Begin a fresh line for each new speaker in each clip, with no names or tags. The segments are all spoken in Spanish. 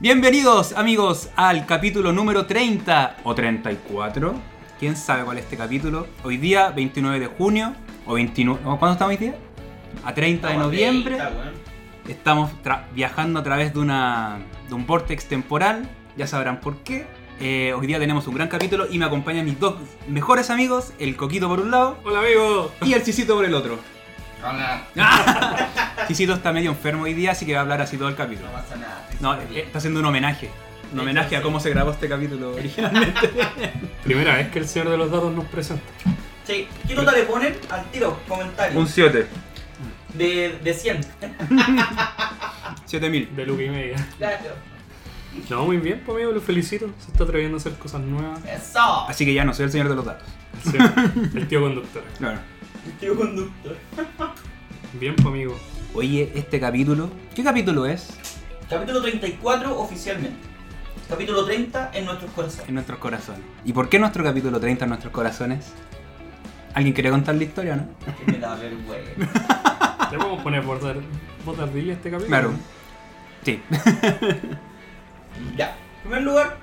Bienvenidos amigos al capítulo número 30 o 34. ¿Quién sabe cuál es este capítulo? Hoy día 29 de junio o 29... no, ¿Cuándo estamos hoy día? A 30 de
Estamos
noviembre.
ahorita, weón.
Estamos tra- viajando a través de, una, de un vortex temporal, ya sabrán por qué. Eh, hoy día tenemos un gran capítulo y me acompañan mis dos mejores amigos, el Coquito por un lado
Hola amigo.
y el Cicito por el otro.
Hola.
Cicito está medio enfermo hoy día, así que va a hablar así todo el capítulo.
No pasa nada.
No, eh, está haciendo un homenaje. Un homenaje a cómo se grabó este capítulo originalmente.
Primera vez que el señor de los datos nos presenta.
eh,
Sí, ¿qué nota le ponen al tiro? Comentario.
7.
De, de 100.
7000.
De Luca y media.
Claro.
No, muy bien, pues amigo, lo felicito. Se está atreviendo a hacer cosas nuevas.
Eso.
Así que ya no soy el señor de los datos.
Sí, el tío conductor.
Bueno.
Tío conductor.
Bien, pues amigo.
Oye, este capítulo. ¿Qué capítulo es?
Capítulo 34 oficialmente. Capítulo 30 en nuestros corazones.
En nuestros corazones. ¿Y por qué nuestro capítulo 30 en nuestros corazones? ¿Alguien quiere contar la historia, no?
Que me da vergüenza.
Le vamos a poner bordar, botardilla a este capítulo.
Claro. Sí.
Ya. En primer lugar,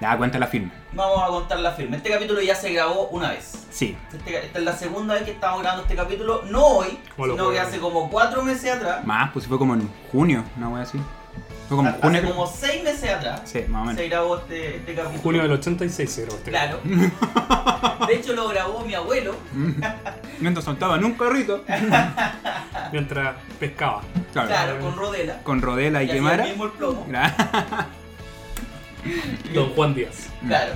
Nada, Ah, cuenta la firma.
vamos a contar la firma. Este capítulo ya se grabó una vez.
Sí.
Este ca- esta es la segunda vez que estamos grabando este capítulo. No hoy,
Como lo
sino que
puedo
hace
ver.
como 4 meses atrás.
Más, pues fue como en junio, una wea así. Fue como en
Ah, hace
junio.
como 6 meses atrás.
Sí, más o menos.
Se grabó este, este capítulo.
Junio del 86 se grabó este
Claro. De hecho lo grabó mi abuelo.
Mientras soltaba en un carrito.
capítulo. Mientras pescaba.
Claro.
Claro, con Rodela.
Con Rodela y
hacía
Quemara.
el mismo el plomo.
Gra-
Don Juan Díaz.
Claro.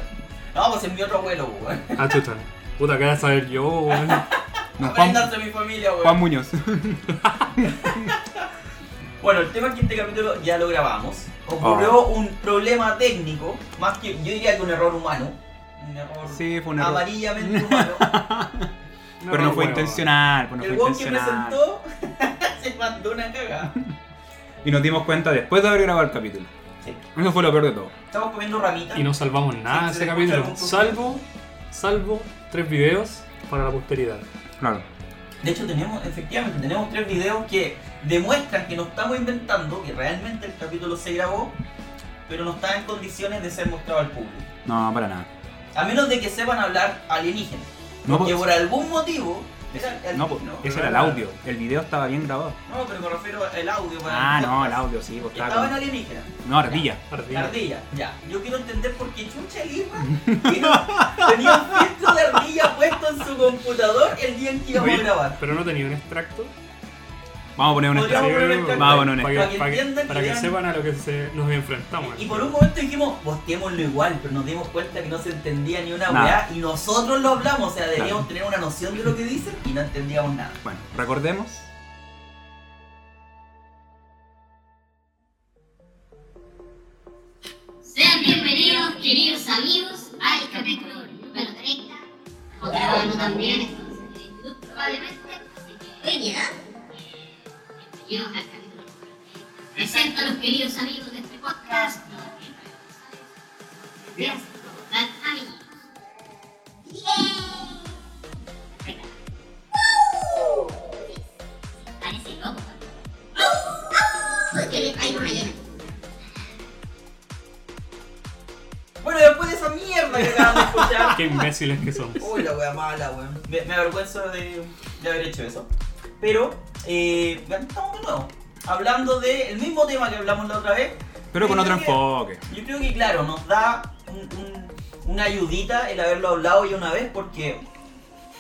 No, pues es mi otro abuelo, weón.
Ah, chuta. Puta, que voy a saber yo, weón.
No, Juan,
Aprendanse mi familia, weón.
Juan Muñoz.
Bueno, el tema es que este capítulo ya lo grabamos. Ocurrió
Ah.
un problema técnico, más que yo diría que un error humano. Un error
Sí, fue un error.
amarillamente humano.
Pero no fue
weón.
intencional. pues no
el
fue
weón que
intencional.
presentó se mandó una cagada.
Y nos dimos cuenta después de haber grabado el capítulo.
Sí.
Eso fue lo peor de todo.
Estamos comiendo ramitas.
Y no salvamos nada de
Sí,
ese
se
capítulo.
escucha algún
Salvo, salvo tres videos para la posteridad.
Claro.
De hecho, tenemos, efectivamente, tenemos tres videos que demuestran que no estamos inventando, que realmente el capítulo se grabó, pero no está en condiciones de ser mostrado al público.
No, para nada.
A menos de que sepan hablar alienígenas.
No,
que
pues-
por algún motivo. era el-
No, pues,
no,
ese era el audio. El video estaba bien grabado.
no, pero me refiero al audio. para
Ah,
el
no, el
podcast.
audio sí, pues estaba
Estaba en
como-
alienígena.
No, ardilla.
Ardilla.
Ardilla, ya. Yo quiero entender por qué Chucha Lima tenía un filtro de ardilla puesto en su computador el día en que íbamos a
Oye,
grabar.
Pero no tenía un extracto.
Vamos a poner un
Podríamos
extra.
poner un
Para que-
Vamos a poner un
para que-
extracto.
para que- Para que
Entiendan que
sepan a lo que se- nos enfrentamos.
Y por un momento dijimos, posteémoslo igual, pero nos dimos cuenta que no se entendía ni una
Nada.
weá y nosotros lo hablamos, o sea, debíamos tener una noción de lo que dicen y no entendíamos nada.
Bueno, recordemos.
Sean bienvenidos, queridos amigos, al capítulo número 30. O grabando también entonces en YouTube, probablemente. Oye, ¿ah? Bienvenidos al capítulo número 30. Presento a los queridos amigos de este podcast. Gracias por estar amigos. Ahí está. Parece loco. ¿no? Que le traigo una llena.
Bueno, después de esa mierda que acaban de escuchar.
Qué imbéciles que somos.
Uy, la wea mala, weón. Me, me avergüenzo de, de haber hecho eso. Pero, eh, estamos de nuevo. Hablando del mismo tema que hablamos la otra vez.
Pero con
Yo
otro
creo que-
enfoque.
Yo creo que, claro, nos da un- un- una ayudita el haberlo hablado ya una vez porque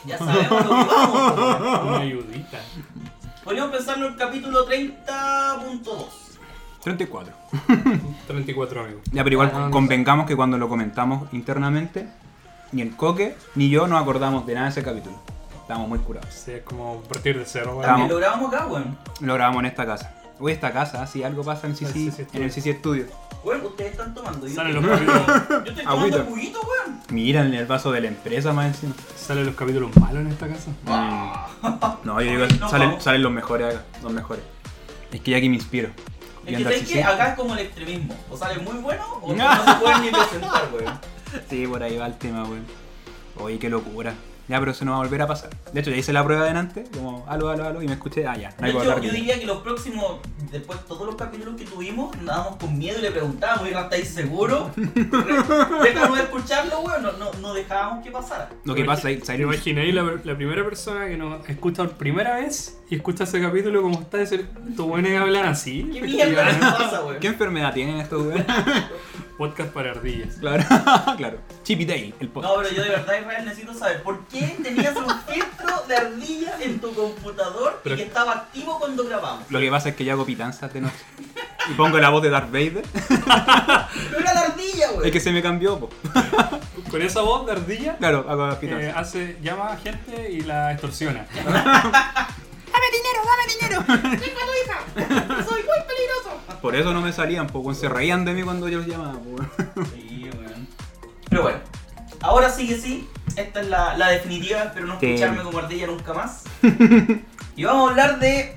ya sabemos lo que vamos. weón.
Una ayudita.
Podríamos pensarlo en el capítulo 30.2.
34.
34 amigos.
Ya, pero igual
Ah, no, no.
convengamos que cuando lo comentamos internamente, ni el coque ni yo nos acordamos de nada de ese capítulo. Estábamos muy curados.
Sí, es como partir de cero. weón.
Vamos.
También lo grabamos acá, weón.
Lo grabamos en esta casa. Hoy esta casa, si algo pasa en, CC,
El CC
en el CC Studio.
Weón, ustedes están tomando. Yo,
Salen
estoy
los
tomando- yo estoy
Agüita.
tomando juguito, weón.
Miran el vaso de la empresa más encima.
Salen los capítulos malos en esta casa.
No, yo digo,
No,
salen,
vamos.
salen los mejores acá, los mejores. Es que ya aquí me inspiro.
Es que
Viendo al
sabes
CC.
que acá es como el extremismo. O sale muy bueno o no se pueden ni presentar, weón.
Sí, por ahí va el tema, weón. Oye, qué locura. Ya, pero eso no va a volver a pasar. De hecho, ya hice la prueba delante, como aló, aló, aló, y me escuché, ah, ya, no
De
hay que
hecho,
hablar
yo
bien.
diría que los próximos, después de todos los capítulos que tuvimos, andábamos con miedo y le preguntábamos, oiga, ¿estáis seguro? Déjanos escucharlo, weón, no, no, no dejábamos que pasara.
Lo que pasa es que
Imagináis la, la primera persona que nos escucha por primera vez y escucha ese capítulo como está de ser. Estos buenos hablan así.
¿Qué mierda les pasa, weón?
¿Qué enfermedad tienen estos weones?
Podcast para ardillas.
claro, claro. Chippy Day, el podcast.
No, pero yo de verdad, Israel, necesito saber por qué tenías un filtro de ardilla en tu computador
Pero-
y que estaba activo cuando grabamos.
Lo que pasa es que yo hago pitanzas de noche. Y pongo la voz de Darth Vader.
Pero era la ardilla,
Es
weón.
que se me cambió, po.
Con esa voz de ardilla,
Claro, hago las
eh,
pitanzas.
hace, llama a gente y la extorsiona.
Por eso no me salían, po. weón. Se reían de mí cuando yo los llamaba, po. weón.
Sí, weón. Pero bueno, ahora sí que sí, esta es la, la definitiva, espero no
Sí.
escucharme como ardilla nunca más. y vamos a hablar de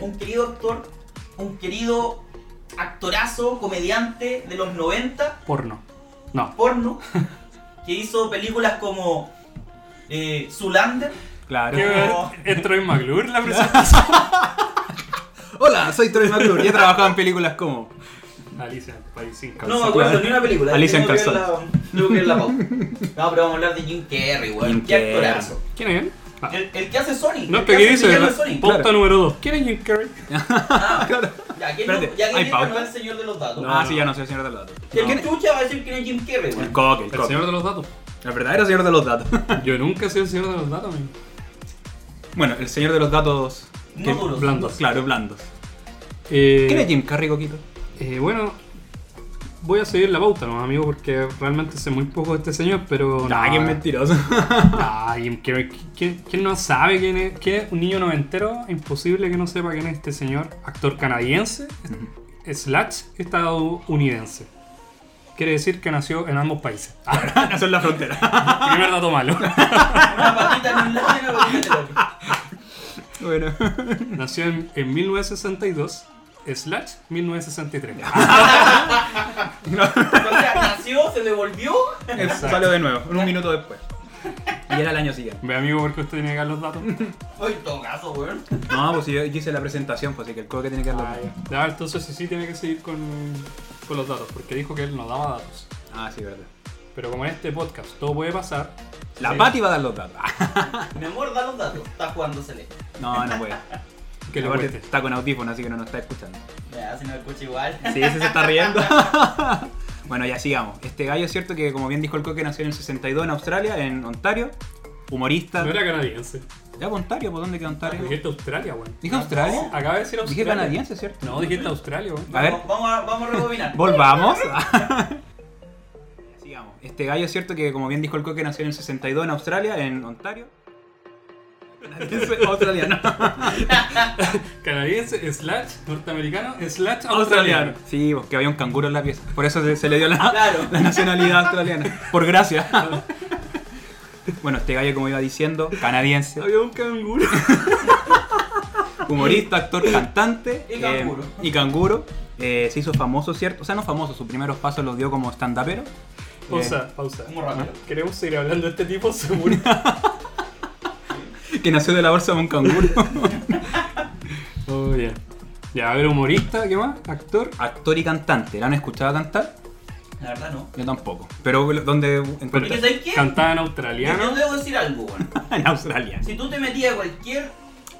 un querido actor, un querido actorazo, comediante de los 90,
Porno. No.
porno, que hizo películas como eh, Zulander.
Claro.
¿Qué,
No.
¿Es Troy McClure la presentación?
Hola, soy Troy McClure y he trabajado en películas como.
Alicia, país sin
No me
calzón.
acuerdo ni una película.
Alicia
Tengo
en
que ver la- tengo que ver la pauta. No, pero vamos a hablar de Jim Carrey, weón.
Jim
Qué
Carrey.
actorazo.
¿Quién es él? Ah.
El, el que hace Sonic.
No,
el
pero
que hace
¿qué dice?
villano de
¿verdad?
Sonic.
Pauta
Claro.
número 2. ¿Quién es Jim Carrey?
Ah,
Claro.
Ya, que no,
Espérate,
ya que
¿hay
él no
pauta?
es el señor de los datos.
No.
ah, sí, ya no soy el señor de los datos.
El
¿Quién es?
chucha va a decir quién es Jim Carrey,
El
weón.
coque, el
El
coque.
señor de los datos.
El verdadero señor de los datos.
Yo nunca he sido el señor de los datos, amigo.
bueno, el señor de los datos.
No
que-
duros.
Blandos.
Claro, blandos.
Eh,
¿Quién es Jim Carrey, Coquito?
Eh, bueno, voy a seguir la pauta, ¿no, amigo? Porque realmente sé muy poco de este señor, pero...
Ah,
no, eh,
qué mentiroso.
Ah, Jim Carrey, ¿quién, quién no sabe quién es? ¿Quién es un niño noventero? Imposible que no sepa quién es este señor. Actor canadiense, slash estadounidense. Quiere decir que nació en ambos países. Ah,
Eso es la frontera.
primer dato malo.
Una patita en un lado y una patita en el otro.
bueno.
Nació en, en 1962, slash 1963.
O sea, nació, se devolvió.
Ah,
Salió de nuevo, un minuto después. Y era el año siguiente.
Ve, amigo, porque usted niega los datos.
Oye, en todo caso, weón.
No, pues si yo hice la presentación, pues así que el coque tiene que dar
Ah,
la
ya. Ya, entonces sí, sí tiene que seguir con, con los datos, porque dijo que él no daba datos.
Ah, sí, verdad.
Pero como en este podcast todo puede pasar,
La
Sí.
Pati va a dar los datos. Ah,
Mi amor, da los datos. Está jugándosele.
No, no puede.
que le
Aparte,
cueste.
está con audífono, así que no nos está escuchando.
Ya, si no el coche igual.
Sí, ese se está riendo. bueno, ya sigamos. Este gallo es cierto que, como bien dijo el coque, nació en el 62 en Australia, en Ontario. Humorista.
No era canadiense.
Ya, pues, Ontario, ¿por dónde queda Ontario?
Dijiste Australia, weón.
¿Dije Australia?
Acaba de decir
Dije
Australia.
canadiense, ¿cierto?
No, dijiste Australia, weón.
A ver.
Vamos, vamos a, vamos a rebobinar.
Volvamos. Sigamos. Este gallo es cierto que, como bien dijo el coque, nació en el 62 en Australia, en Ontario. Canadiense, Australiano.
Canadiense, slash, norteamericano, slash,
Australiano.
australiano.
Sí, porque había un canguro en la pieza. Por eso se, se le dio la,
Claro.
la nacionalidad australiana. Por gracia. Bueno, este gallo, como iba diciendo, canadiense,
Había un canguro.
humorista, actor, cantante.
Y canguro.
y canguro. Eh, se hizo famoso, ¿cierto? O sea, no famoso, sus primeros pasos los dio como stand-upero. Eh,
Pausa, pausa.
Muy rápido.
Queremos seguir hablando de este tipo seguro.
Eh, que nació de la bolsa de un canguro.
Oh, ya. Ya, a ver, humorista, ¿qué más? Actor.
actor y cantante. ¿La han escuchado cantar?
La verdad, no.
Yo tampoco. Pero donde encuentro
Porque ¿sabes qué?
Cantaba en
Yo
australiano.
debo decir algo, weón.
en Australia.
Si tú te metías a cualquier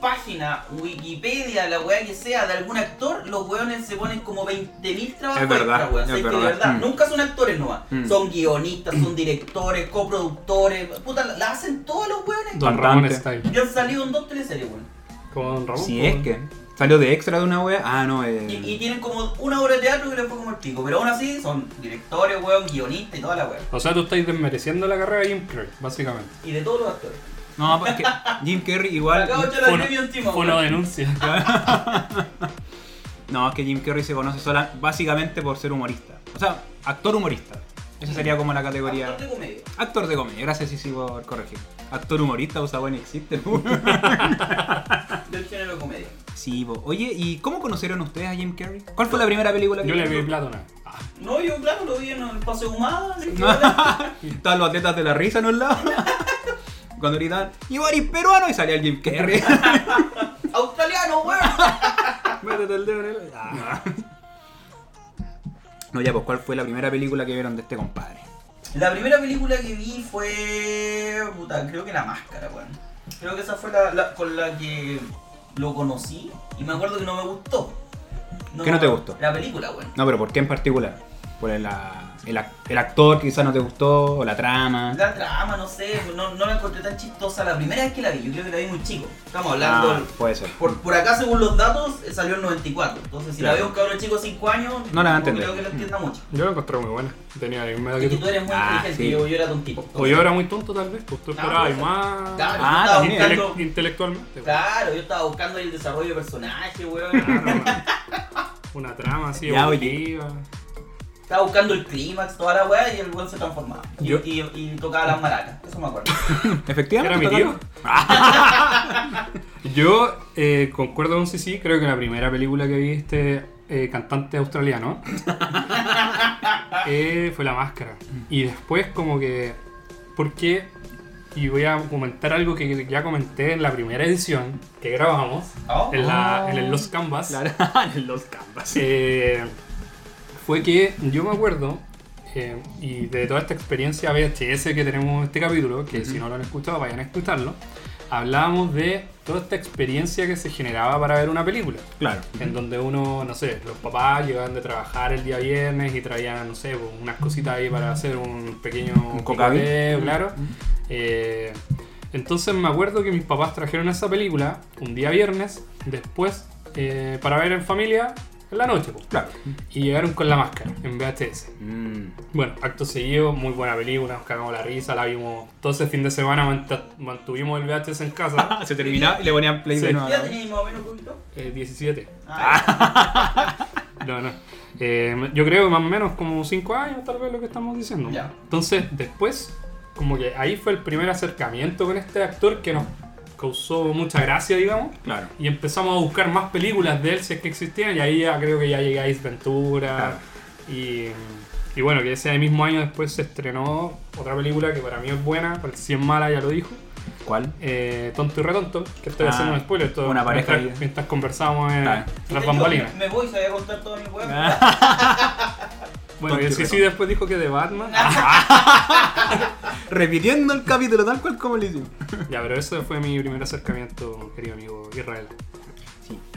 página, Wikipedia, la weá que sea, de algún actor, los weones se ponen como 20.000 trabajos
Es verdad,
extra, weón.
es
Sabes que de
verdad.
verdad,
Mm.
nunca son actores nomás.
Mm.
Son guionistas, son directores, coproductores. Puta, la, la hacen todos los weones.
Don Ramón
Cantante.
Style.
Yo han salido en dos teleseries, weón.
Como Don
Oh.
Ramón.
Si
como-
es que salió de extra de una wea. Ah, no, eh.
Y, y tienen como una obra de teatro que les fue como el pico. Pero aún así, son directores, weón, guionistas y toda la weá.
O sea, tú estás desmereciendo la carrera de Jim Carrey, básicamente.
Y de todos los actores.
No, pues es que Jim Carrey
Acabo
igual.
de echar la gremio encima,
Fue una
weón. Ah,
denuncia.
No, es que Jim Carrey se conoce sola básicamente por ser humorista. O sea, actor humorista. Esa sería como la categoría.
Actor de comedia.
Actor de comedia, gracias sí, sí por corregir. Actor humorista, usa bueno existe.
Del género de comedia.
sí, po. oye, ¿y cómo conocieron ustedes a Jim Carrey? ¿Cuál fue la primera película que
Yo le vi
vieron?
plátano.
No, yo claro, lo vi en el paseo humada. así que-
Estaban los atletas de la risa en un lado. cuando gritaban, ¡Y Boris peruano! Y salía el Jim Carrey.
¡Australiano, weón!
Métete el dedo en el. Ah.
no, ya, pues, ¿cuál fue la primera película que vieron de este compadre?
La primera película que vi fue. Puta, creo que La Máscara, weón. Creo que esa fue la, la- con la que lo conocí y me acuerdo que no me gustó.
¿Qué no te gustó?
La película, weón.
No, pero ¿por qué en particular? ¿Por el, ah, el, ac- el actor que quizás no te gustó? ¿O la trama?
La trama, no sé, no, no la encontré tan chistosa la primera vez que la vi. Yo creo que la vi muy chico. Estamos hablando.
Ah, puede ser.
Por, por acá, según los datos, eh, salió en 94. Entonces, si
Claro.
la veo un cabrón chico de 5 años,
No la va a entender. Mm.
creo que la entienda mucho.
Yo la encontré muy buena. Tenía la misma edad
Es
que
que
tú.
tú eres muy
Ah,
inteligente,
sí.
yo, yo era tontito.
O yo era muy tonto, tal vez. Pues tú
No,
esperabas
pues,
más.
Claro,
Ah,
yo estaba
también.
intele-
buscando.
Intelectualmente. pues.
Claro, yo estaba buscando ahí el desarrollo de personaje,
Claro,
weón.
Ah,
bueno. Una trama así,
Ya,
emotiva.
Estaba buscando el clímax, toda la weá, y el weón se transformaba. Y,
Yo-
y- y tocaba las maracas, eso me acuerdo.
Efectivamente.
¿Era mi tío?
total.
Yo eh, concuerdo con sí, creo que la primera película que vi este eh, cantante australiano eh, fue La Máscara. Y después como que... Porque... Y voy a comentar algo que ya comenté en la primera edición que grabamos,
Oh.
en, la, en el Los Canvas.
Claro, en los campas.
Eh, fue que yo me acuerdo, eh, y de toda esta experiencia VHS que tenemos en este capítulo, que si no lo han escuchado, vayan a escucharlo, hablábamos de toda esta experiencia que se generaba para ver una película.
Claro.
En donde uno, no sé, los papás llegaban de trabajar el día viernes y traían, no sé, pues, unas cositas ahí para hacer un pequeño
Un cocaví.
picoteo, claro. Eh, entonces me acuerdo que mis papás trajeron esa película un día viernes, después eh, para ver en familia en la noche, pues.
Claro.
y llegaron con la máscara en VHS.
Mm.
Bueno, acto seguido, muy buena película, nos cagamos la risa, la vimos todo ese fin de semana, mant- mantuvimos el VHS en casa,
Ah, Se terminaba y le ponían play
Sí.
de nuevo.
¿Ya tenías más o menos un poquito?
eh, 17.
Ah,
No, no. Eh, yo creo que más o menos como 5 años, tal vez lo que estamos diciendo.
Ya.
Entonces, después, como que ahí fue el primer acercamiento con este actor que nos causó mucha gracia, digamos.
Claro.
Y empezamos a buscar más películas de él si es que existían. Y ahí ya creo que ya llegué a Ace Ventura.
Claro.
Y, y bueno, que ese mismo año después se estrenó otra película que para mí es buena, porque si es mala ya lo dijo.
¿Cuál?
eh, Tonto y Retonto, que estoy
Ah,
haciendo un spoiler. Todo
una pareja
Mientras,
ahí.
mientras conversamos en
Claro.
las
yo
bambalinas.
Me voy y se voy a contar todo mi
Ah.
weón.
Bueno, y
Tonto
el
y
sí
redondo.
después dijo que de Batman.
Repitiendo el capítulo tal cual como lo hicimos.
Ya, pero ese fue mi primer acercamiento, querido amigo Israel.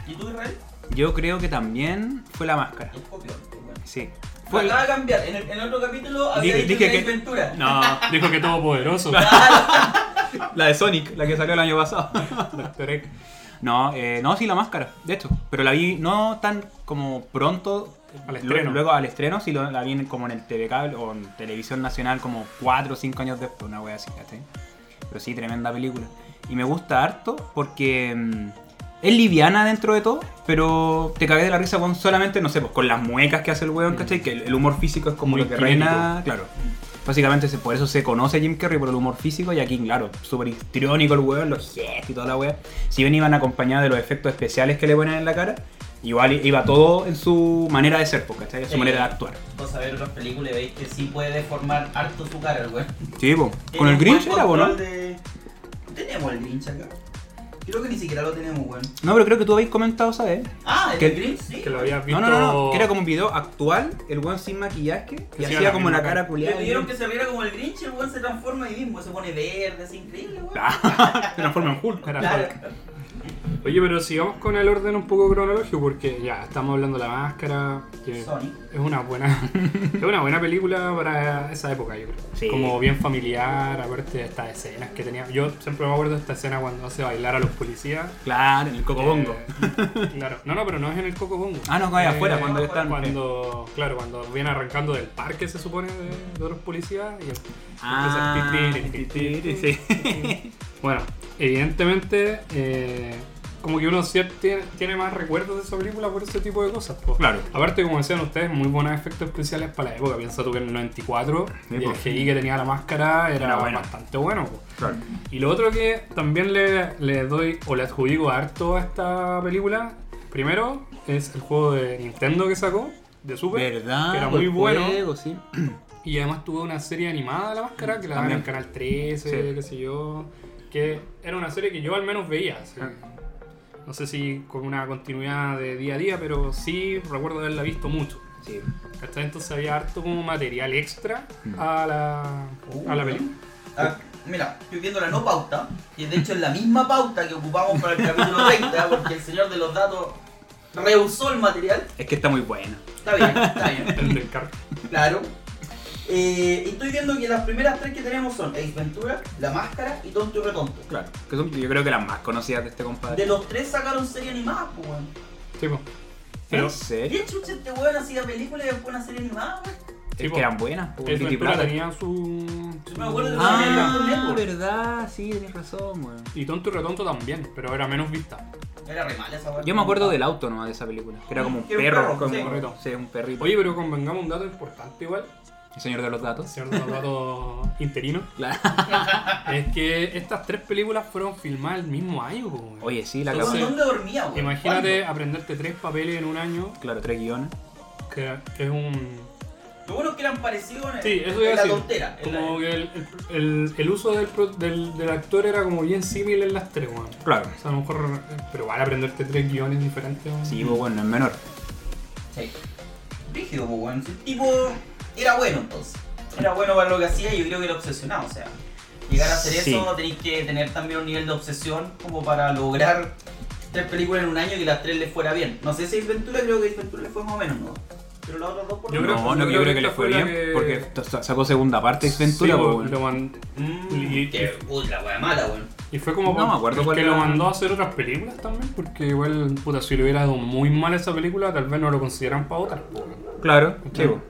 ¿Y tú, Israel?
Yo creo que también fue la máscara.
El copión, qué weón.
Sí.
Fue acaba de cambiar. En el, en otro capítulo había
Dije-
dicho
dije
que
que-
Ventura.
No,
Dijo que todo poderoso.
la de Sonic, la que salió el año pasado.
Doctor X.
No, eh, no, sí, la máscara, de hecho. Pero la vi no tan como pronto.
Al
lu-
estreno.
Luego al estreno, sí lo- la vi en- como en el TV cable o en televisión nacional como 4 o 5 años después, una wea así, ¿cachai? Pero sí, tremenda película. Y me gusta harto porque mm, es liviana dentro de todo, pero te cagué de la risa con solamente, no sé, pues con las muecas que hace el weón, ¿cachai? Que el, el humor físico es como
Mm. Muy
lo que
kinético.
reina. Claro. Básicamente se- por eso se conoce a Jim Carrey por el humor físico y aquí, claro, súper histriónico el weón, los gestos y toda la wea. Si bien iban acompañados de los efectos especiales que le ponen en la cara, igual i- iba todo en su manera de ser, pues, ¿cachai? En su
Sí.
manera de actuar.
Vos a ver otras películas y veis que sí puede deformar harto su cara el weón.
Sí, po. ¿Con
Tiene
el
un
Grinch
buen
era, po, no?
control de- Tenemos el Grinch acá. Creo que ni siquiera lo tenemos, weón.
No, pero creo que tú habéis comentado, ¿sabes?
Ah,
Que-
el Grinch, sí.
Que lo habías visto.
No, no, no, no, que era como un video actual, el weón sin maquillaje,
Que
y
hacía
hacía
la
como
misma
la cara
cara.
Le
culiada.
pidieron que se viera como el Grinch, el weón se transforma ahí mismo, se pone verde, es increíble, weón.
Ah, Se transforma en Hulk.
Era
Claro.
Hulk. Oye, pero sigamos con el orden un poco cronológico, porque ya estamos hablando de la máscara. que
Sonic.
es una buena es una buena película para esa época, yo creo.
Sí.
Como bien familiar, aparte de estas escenas que tenía. Yo siempre me acuerdo de esta escena cuando hace bailar a los policías.
Claro, en el cocobongo.
Eh, claro. No, no, pero no es en el Coco Bongo.
Ah, no, ahí afuera, cuando
no,
están. eh.
Cuando, claro, cuando viene arrancando del parque, se supone, de, de otros policías. Y empieza
Ah,
el titiri, titiri,
sí.
titiri. Bueno, evidentemente, eh, como que uno cier- tiene, tiene más recuerdos de esa película por ese tipo de cosas. po.
Claro.
Aparte, como decían ustedes, muy buenos efectos especiales para la época. Piensa tú que en el 94
Sí,
y el
po.
GI que tenía la máscara era,
Era bueno.
bastante bueno. po.
Claro.
Y lo otro que también le, le doy o le adjudico harto a esta película, primero es el juego de Nintendo que sacó, de Super,
¿Verdad?
que era
Por
muy bueno.
juego, sí.
Y además tuvo una serie animada de la máscara que la daban
También.
en Canal 13,
Sí.
qué sé yo. que era una serie que yo al menos veía. así.
Ah.
No sé si con una continuidad de día a día, pero sí recuerdo haberla visto mucho.
Sí.
Hasta entonces había harto como material extra
Mm. Uh.
a la, a la película.
Ah, mira, estoy viendo la no pauta, que de hecho es la misma pauta que ocupamos para el capítulo 30, porque el señor de los datos rehusó el material.
Es que está muy buena.
Está bien, está bien,
El del carro.
claro. Eh, y estoy viendo que las primeras tres que tenemos son Ace Ventura, La Máscara y Tonto y Retonto.
Claro. Que son yo creo que las más conocidas de este
De
compadre.
los tres sacaron serie animada, pues, weón.
Sí, po. Pero
No sé.
¿Qué chucha este weón hacía película y después una serie animada, weón?
Sí,
Es
po.
que eran buenas. po,
Ace
Kitty
Ventura
Pryde.
tenía su...
Yo me acuerdo de
su-
la serie.
Ah.
Ah, verdad, sí, tienes razón, weón.
Y Tonto y Retonto también, pero era menos vista.
Era re mala esa weón.
Yo me acuerdo del auto nomás de esa película, que era como un
Que era un
perro,
perro,
como
sí.
correcto, sí, un perrito.
Oye, pero convengamos un dato importante igual,
el señor de los datos.
cierto dato interino,
Claro.
es que estas tres películas fueron filmadas el mismo año. po, weón.
Oye, sí, la
Pero
cagó.
Entonces-
¿Dónde dormía, weón?
Imagínate aprenderte tres papeles en un año,
Claro, tres guiones.
que, que es un...
¿Cuándo? Lo bueno es que eran parecidos en,
Sí, eso
en
iba a
la
decir.
tontera. en la-
Como que el, el- el- el uso del, pro- del- del actor era como bien similar en las tres, weón.
Claro.
O sea, a lo mejor... Pero vale aprenderte tres guiones diferentes, weón.
Sí, pues, bueno, es menor.
Sí. Rígido, pues, weón. El tipo era bueno, entonces. Era bueno para lo que hacía y yo creo que era obsesionado, o sea. Llegar a hacer
Sí.
eso tenéis que tener también un nivel de obsesión como para lograr tres películas en un año y que las tres les fuera bien. No sé si Ace Ventura, creo que Ace Ventura le fue más o menos, ¿no? Pero las otras dos por
Yo
lo
creo-
menos.
no, no,
yo
yo creo que, le
esta
fue
fue la
bien,
que-
porque esto sa- sacó segunda parte Ace Ventura,
Sí,
pues,
po,
bueno.
lo man-
Mm, qué uy, la wea mala, weón.
Y fue como
No
por-
me acuerdo
el
cuál
que
era.
lo mandó a hacer otras películas también, porque igual, puta, si le hubiera dado muy mal esa película, tal vez no lo consideran para otra.
Claro,
Sí.
sí, pues.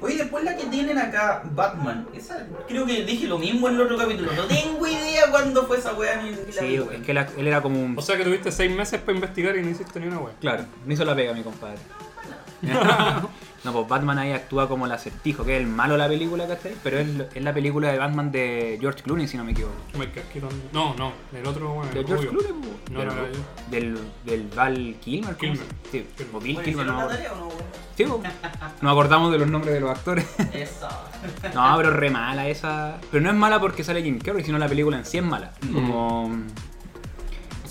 Oye, después la que tienen acá, Batman. Esa, creo que dije lo mismo en el otro capítulo. No tengo idea cuándo fue esa wea ni ni la
Sí,
vi,
es
weón.
que la- él era como un.
O sea que tuviste seis meses para investigar y no hiciste ni una wea.
Claro, no hizo la pega mi compadre. No, pues Batman ahí actúa como el acertijo, que es el malo de la película, ¿cachai? Pero es, es la película de Batman de George Clooney, si no me equivoco.
Me casqué también. No, no, el otro weón.
¿De
el
George
rubio.
Clooney? po.
No,
Del-
no, no,
Del, del Val Kilmer, ¿cómo
Kilmer.
se- Sí,
Kilmer.
o Bill
Oye,
Kilmer,
¿hicieron
no me
la
acuerdo.
tarea o no, weón?
Sí, po. nos acordamos de los nombres de los actores.
Esa.
No, pero re mala esa. Pero no es mala porque sale Jim Carrey, sino la película en sí es mala.
Mm.
Como.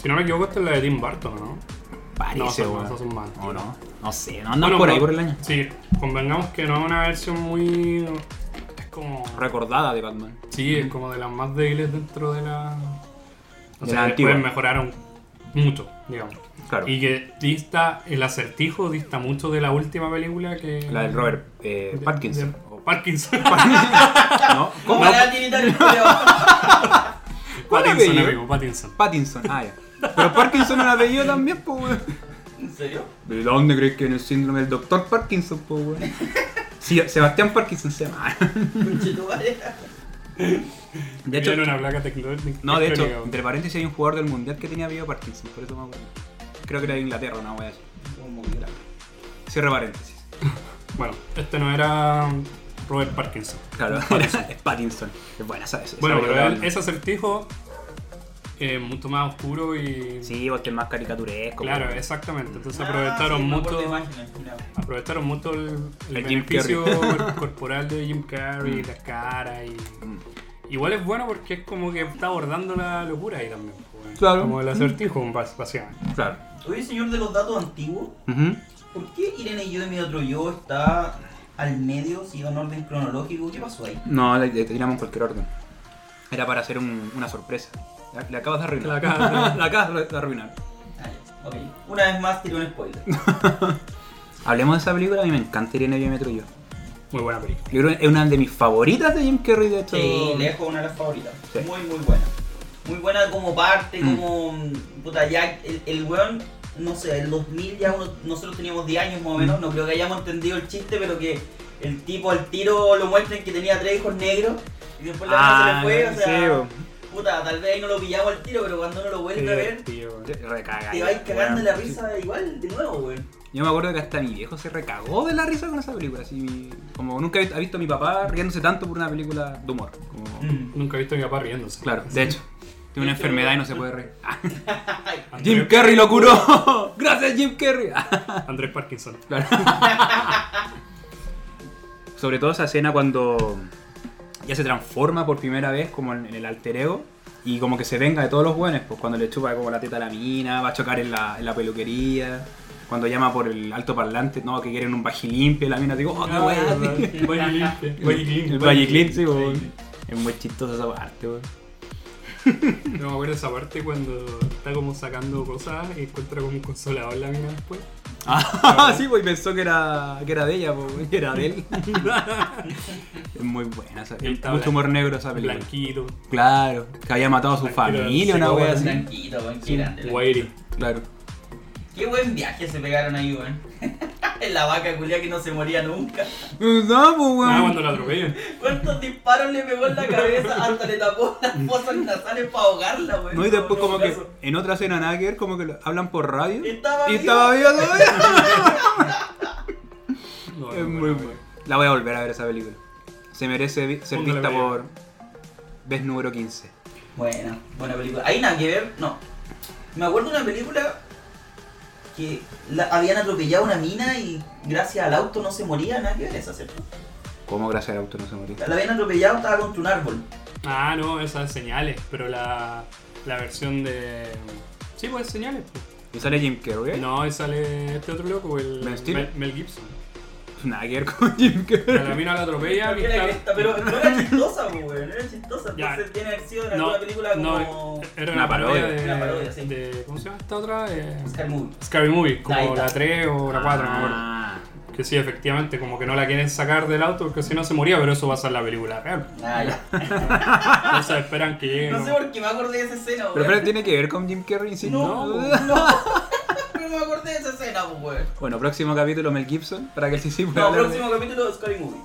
Si no me equivoco, esta es la de Tim Burton, ¿no? No,
Parece,
esas
weón.
son malas.
No, no. No sé, no andan
Bueno,
por
pero-
ahí por el año.
Sí, convengamos que no es una versión muy. Es como.
Recordada de Batman.
Sí, es como de las más débiles dentro de la. O
De
sea,
la
después
antigua.
mejoraron mucho, digamos.
Claro.
Y que dista, el acertijo dista mucho de la última película que.
La del Robert eh,
de-
Parkins.
de-
O-
Parkinson.
¿No?
¿Cómo
No.
la edad tiene tal historia?
Pattinson,
apellido?
amigo, Pattinson.
Pattinson, ah, ya. Pero Parkinson era apellido también, po, weón.
¿En serio?
¿De dónde crees que en el síndrome del doctor Parkinson, po, weón? Sí, Sebastián Parkinson se llama.
Conchetumare.
De hecho,
Era una placa tecnológica.
no, de hecho, entre paréntesis hay un jugador del mundial que tenía apellido Parkinson, por eso me acuerdo. Creo que era de Inglaterra, una wea así.
Como que era.
Cierre paréntesis.
Bueno, este no era Robert Parkinson.
Claro, es Pattinson. Es buena, ¿sabes? Esa
Bueno, pero
película,
él-
¿no?
ese acertijo es mucho más oscuro y.
Sí, porque es más caricaturesco.
Claro,
po.
exactamente. Entonces
Ah,
aprovecharon
sí, me acuerdo
mucho.
de imágenes, mira.
Aprovecharon mucho el, el
El Jim
beneficio corporal de Jim Carrey, la cara y...
Mm.
Igual es bueno porque es como que está abordando la locura ahí también. pues,
Claro.
Como el acertijo, bas- básicamente.
Claro.
Oye, señor de los datos antiguos,
Ujú.
¿por qué Irene y yo y mi otro yo está al medio, si va en orden cronológico? ¿Qué pasó ahí?
No, le, le tiramos en cualquier orden. Era para hacer un- una sorpresa. La- Le acabas de arruinar.
La acabas de-
La acabas de- de arruinar.
Ah, ya. ok. Una vez más tiré un spoiler.
Hablemos de esa película, a mí me encanta Irene Biometro yo.
Muy buena película.
Yo creo que es una de mis favoritas de Jim Carrey, de hecho.
Sí, lejos una de las favoritas.
Sí.
Muy, muy buena. Muy buena como parte,
Mm.
como. mm, Puta, ya el, el weón, no sé, el 2000 ya uno- nosotros teníamos 10 años más o
Mm.
menos. No creo que hayamos entendido el chiste, pero que el tipo al tiro lo muestren que tenía tres hijos negros y después la
Ah,
mina se le fue. O sea,
sí, bo.
puta, tal vez ahí no lo pillamos al tiro, pero cuando uno lo vuelve a ver,
Tío,
Te recaga.
te vais cagando en la risa igual de nuevo, weón.
Yo me acuerdo que hasta mi viejo se recagó de la risa con esa película. Así, como nunca he- ha visto a mi papá riéndose tanto por una película de humor. como-
Mm.
Nunca he visto a mi papá riéndose.
Claro, de hecho, tiene una enfermedad y no se puede reír. Ah,
Ay,
Jim Carrey lo curó. Gracias, Jim Carrey. Ah.
Andrés Parkinson.
Claro. Sobre todo esa escena cuando ya se transforma por primera vez como en en el alter ego Y como que se venga de todos los buenos, pues cuando le chupa como la teta a la mina, va a chocar en la, en la peluquería, cuando llama por el alto parlante, no, que quieren un bajilimpio, la mina digo, oh, qué
Ah,
weá, tío". El bajiclip, sí, weón. Es muy chistoso esa parte, weón.
No me acuerdo esa parte cuando está como sacando cosas y encuentra como un consolador la mina después.
Ah, sí, pues y pensó que era, que era de ella, pues, que era de él. es muy buena, esa,
Él está
mucho humor negro esa película.
Blanquito,
Claro, que había matado a su
Tranquilo,
familia, una
psicópata,
wea así.
Tranquilo, weón, qué grande, la-
guairi.
Claro.
Qué buen viaje se pegaron ahí, weón. En la vaca culia que no se moría nunca.
No, pues
Ah,
weón.
cuando la atropellan.
¿Cuántos disparos le pegó en la cabeza hasta le tapó las fosas nasales para ahogarla, weón?
No, y después como que
Caso.
en otra escena nada que ver, como que lo- hablan por radio.
Y estaba
y
vivo.
estaba vivo todavía.
No,
es
no,
muy
no,
buena. La voy a volver a ver esa película. Se merece vi- ser
Póngala
vista
bien.
por vez número 15.
Buena, buena película. ¿Hay nada que ver? No. Me acuerdo de una película que la- habían atropellado una mina y gracias al auto no se moría, nada que ver esa, ¿cierto?
Como gracias al auto no se murió.
La habían atropellado, estaba contra un árbol.
Ah, no, esas señales, pero la, la versión de... Sí, pues señales. pues.
Y sale Jim Carrey.
No, ahí sale este otro loco, el
Ben Stiller.
Mel, Mel Gibson.
Nada que ver con Jim
A
Carrey.
la mina la atropella.
Porque
está-
la cresta, pero no era chistosa, po, weón, no era chistosa.
Ya.
Entonces tiene que haber sido en
No,
alguna película
no,
como
era
Una
una parodia,
parodia.
de,
Una parodia, sí.
de- ¿Cómo se llama esta otra? Eh,
Sky Movie.
Scary Movie,
Ahí
como
está.
la 3 o la 4, me acuerdo.
Ah,
Que sí, efectivamente, como que no la quieren sacar del auto porque si no se moría, pero eso va a ser la película real.
Ah, ya.
No se esperan que llegue.
No
¿no?
sé por qué me acordé de esa escena, weón.
pero espera, tiene que ver con Jim Carrey, insisto.
No,
No.
no. Pero me acordé de esa escena, po, weón.
Bueno, próximo capítulo Mel Gibson, para que sí sí pueda
No,
hablar de-
próximo capítulo Scary Movie.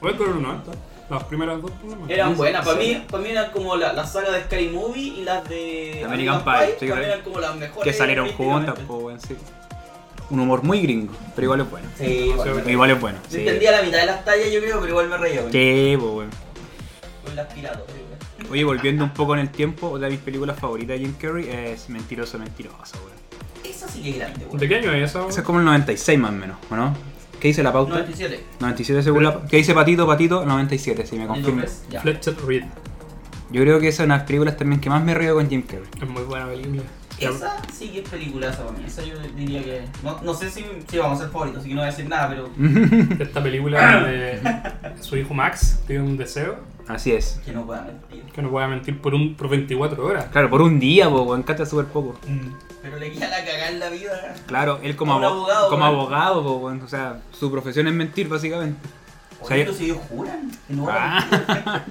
Voy con el 90. ¿eh? Las primeras dos, por lo menos.
Eran buenas, para mí, para mí eran como la, la saga de Scary Movie y las de
American Pie, sí,
para mí
que-
eran como las mejores.
que salieron juntas,
artísticamente.
pues weón, sí. Un humor muy gringo, pero igual es bueno.
Sí, bueno,
Sí,
me-
Igual es bueno.
me
Sí,
entendía la mitad de las tallas, yo creo, pero igual me reía, weón.
Sí, pues weón.
Con las piratas, sí, weón.
Oye, volviendo un poco en el tiempo, otra de mis películas favoritas de Jim Carrey es Mentiroso, Mentiroso, weón.
Esa sí que es grande,
¿De
weón.
qué año es eso?
Eso es como el 96 más o menos, ¿o no? ¿Qué dice la pauta?
97.
97 según la... ¿Qué dice Patito, Patito? 97, si me confirma.
Entonces, ya.
Fletcher Reed.
Yo creo que esa es una de las películas también que más me río con Jim Carrey.
Es muy buena película.
Esa sí que es peliculaza para mí. Esa yo diría que. No, no sé si, si vamos a ser favoritos, así que no voy a decir nada, pero.
Mm.
Esta película donde su hijo Max tiene un deseo
Así es.
Que no pueda mentir.
que no pueda mentir por, un, por 24 horas.
Claro, por un día, po, weón, canta súper poco.
Pero le queda la cagada en la vida.
Claro, él como,
Como
abo-
abogado,
como
weón.
abogado, po, weón, o sea, su profesión es mentir básicamente. O sea,
Oye,
yo-
pero si ellos juran. que No,
Ah.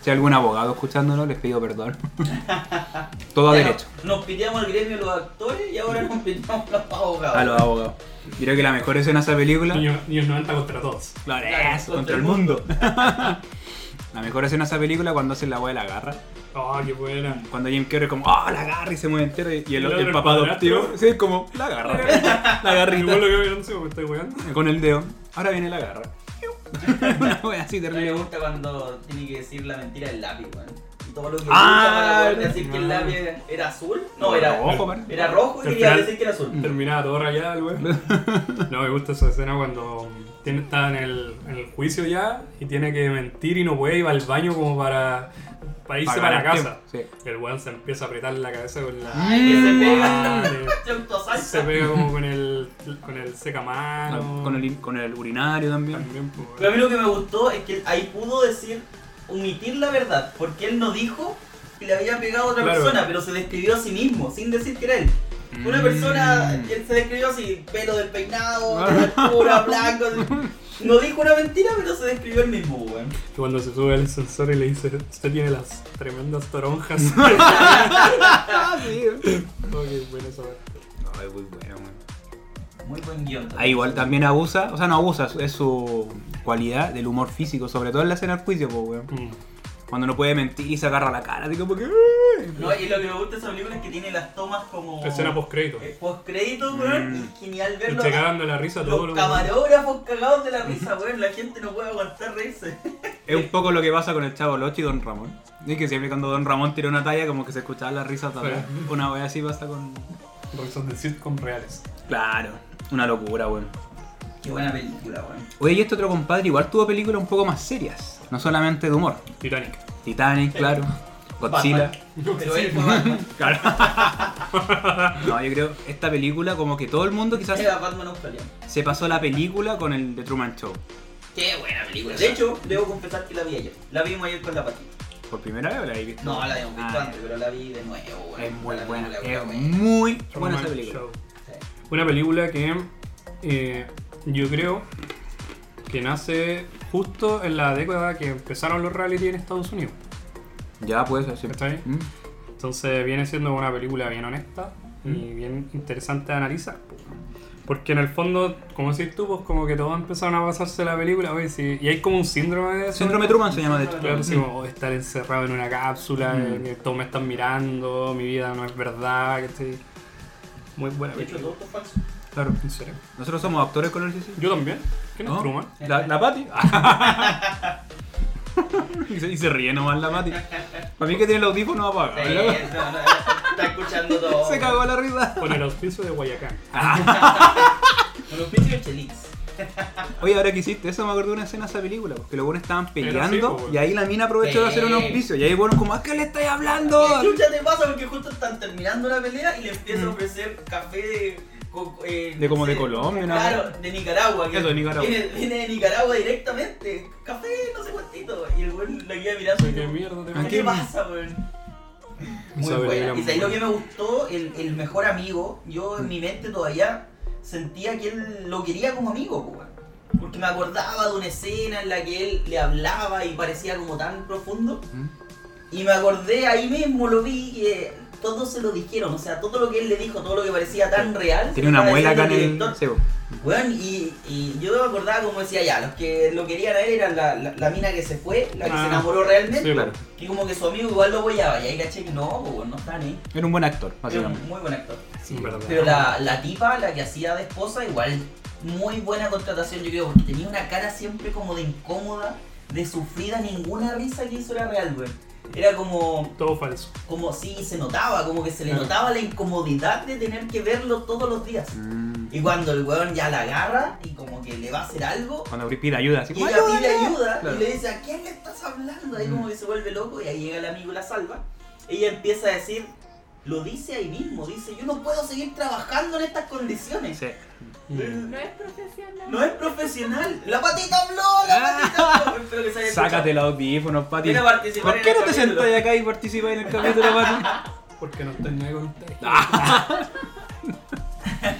Si hay algún abogado escuchándolo, les pido perdón. Todo a
Ya,
derecho.
Nos piteamos al gremio de los actores y ahora nos piteamos los abogados.
A los abogados. Yo creo que la mejor escena de esa película.
Niños, niños 90 contra todos.
Claro,
Claro,
es, contra el mundo. la mejor escena de esa película cuando hacen la weá de la garra.
Oh, qué buena.
Cuando Jim Carrey como, ¡ah, la garra! y se mueve entero. Y el,
Y el otro,
el
el
papá
padrastro.
adoptivo, sí, como, la garra. la
Y
garrita.
vos lo que veo, no sé, me estoy weando.
Con el dedo. Ahora viene la garra. Una weá así
No me
terrible.
gusta cuando tiene que decir la mentira del lápiz, weón. Y todo lo que
Ah,
lucha para poder decir
no.
que el lápiz era azul. No, era
Ojo, parece.
Era rojo y
Al
quería
final- Mm.
decir que era
Mm.
azul.
Terminaba todo rayado el weón. No, me gusta esa escena cuando tiene, está en el, en el juicio ya y tiene que mentir y no puede ir al baño como para, para irse para,
Para
la
ganar
casa.
tiempo,
El weón se empieza a apretar la cabeza con la.
Ay,
que se pega.
madre.
Chonto
Se
salsa.
pega como con el, con el secamano.
Ah, Con el, con el urinario también.
También, pues,
Pero a mí lo que me gustó es que ahí pudo decir, omitir la verdad, porque él no dijo que le había pegado a otra
Claro.
persona, pero se describió a sí mismo, sin decir que era él. Fue Una
Mm.
persona, él se describió así, pelo del peinado, de altura, blanco. así. No dijo una mentira, pero se describió él mismo, weón.
Que cuando se sube al ascensor y le dice, usted tiene las tremendas toronjas.
Ah, sí.
Ok, bueno, eso va.
Ay, muy bueno, weón.
Muy buen guión.
Ahí Ah, igual también abusa, o sea, no abusa, es su cualidad del humor físico, sobre todo en la escena del juicio, pues, weón.
Mm.
Cuando no puede mentir y se agarra la cara, así como que. ¡ah!
No, y lo que me gusta de esa película es que tiene las tomas como.
Escena post-crédito.
eh, postcrédito, weón.
Mm.
Y genial
Y
verlo.
se cagan de la risa todos
Los
los
camarógrafos cagados de la risa, weón. La gente no puede aguantar reírse.
Es un poco lo que pasa con el Chavo Locho y Don Ramón. Es que siempre cuando Don Ramón tira una talla, como que se escuchaba la risa atrás.
Sí.
Una wea así pasa con.
risas de sitcom reales.
Claro, una locura, weón.
Qué buena película, weón.
Oye, y este otro compadre igual tuvo películas un poco más serias, no solamente de humor.
Titanic.
Titanic, claro. Godzilla.
Pero él fue Batman.
Claro. no, yo creo esta película como que todo el mundo quizás
Era Batman australiano.
se pasó la película con el The Truman Show
Qué buena película. De hecho, debo confesar que la vi ayer. La vimos ayer con la patita.
por primera vez o la habéis visto.
No, la habíamos visto
Ah,
antes, pero la vi de nuevo, weón.
Es muy
La
buena,
película,
es
weón.
muy buena
Truman
esa película.
Show.
Sí.
Una película que eh, yo creo que nace justo en la década que empezaron los reality en Estados Unidos.
Ya puede ser, sí.
¿Está bien?
Mm.
Entonces viene siendo una película bien honesta
Mm.
y bien interesante de analizar. Porque en el fondo, como decís tú, pues como que todos empezaron a pasarse la película, oye, sí, y hay como un síndrome de eso.
Síndrome Truman se llama de hecho.
Claro, sí, como, oh, estar encerrado en una cápsula, eh,
Mm.
que todos me están mirando, mi vida no es verdad, que estoy... Muy buena
De hecho,
película.
todo esto es falso.
Claro, en serio.
Nosotros somos actores con el CC.
Yo también. ¿Quién es
¿No?
Truman?
La, la Pati. y, se, y se ríe nomás la Pati. Para mí que tiene el audífono apagado.
Sí,
¿verdad?
no, no, está escuchando todo.
Ah. Se cagó la risa.
Con el auspicio de Guayacán.
Con los principios chelix.
Oye, ahora que hiciste eso, me acordé de una escena de esa película, porque los buenos estaban
Era
peleando
así, pues, po,
y ahí la mina aprovechó de hacer un
Sí.
auspicio. Y ahí fueron como, ¿a qué le estáis hablando?
¿Qué chucha te pasa? Porque justo están terminando la pelea y le empieza a ofrecer café de. co- eh,
Mm. De como
no sé,
de Colombia, ¿no?
Claro, de Nicaragua. que
Eso, de Nicaragua.
Viene, viene de Nicaragua directamente. Café, no sé cuántito. Y el weón la guía mirando. y
¿Qué
como,
mierda te
¿A
¿Qué
qué?
te pasa, weón? Muy
Esa película
buena. Y sabes
es muy
lo que me gustó, el, el mejor amigo. Yo en mi mente todavía sentía que él lo quería como amigo, po, weón. Porque me acordaba de una escena en la que él le hablaba y parecía como tan profundo.
¿Mm?
Y me acordé ahí mismo, lo vi y eh, todos se lo dijeron. O sea, todo lo que él le dijo, todo lo que parecía tan real.
Tiene una
parecía
muela acá en
del
el.
director.
Sí, pues. po.
Weón, y, y yo me acordaba como decía ya, los que lo querían a él eran la, la- la mina que se fue, la que
Ah,
se enamoró realmente.
Sí,
claro.
Que como que su amigo igual lo apoyaba. Y ahí caché que no, po, weón, no están ahí.
Era un buen actor,
Era un
básicamente.
muy buen actor.
Sí, verdad.
Pero la, la tipa, la que hacía de esposa, igual muy buena contratación, yo creo, porque tenía una cara siempre como de incómoda, de sufrida, ninguna risa que hizo era real, güey. Era como,
Todo falso.
como sí, se notaba, como que se le
Claro.
notaba la incomodidad de tener que verlo todos los días.
Mm.
Y cuando el weón ya la agarra y como que le va a hacer algo,
Cuando pide ayuda, así
y
como,
ella pide
"Ayúdame".
ayuda
Claro.
y le dice, ¿a quién le estás hablando? Ahí
Mm.
como que se vuelve loco y ahí llega el amigo y la salva. Ella empieza a decir, lo dice ahí mismo, dice, yo no puedo seguir trabajando en estas condiciones.
Sí.
Mm.
No es profesional.
No es profesional. La patita habló, la patita habló. Espero que se haya escuchado.
Sácate los audífonos, Pati.
Quiero participar
¿Por
en
qué
el
no te
capítulo.
sentás acá y participás en el capítulo, Pati?
Porque no estoy ni con ustedes.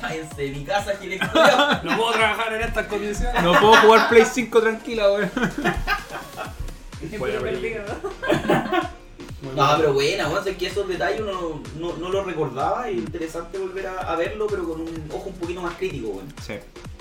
Cállense, mi casa, Giles, culiao.
No puedo trabajar en estas condiciones.
No puedo jugar Play 5 tranquila, weón.
Estoy
Buena película.
perdido.
Muy
No,
buena.
Ah, pero buena, weón. Es que esos detalles uno no, no los recordaba. Y interesante volver a, a verlo, pero con un ojo un poquito más crítico, weón.
Sí.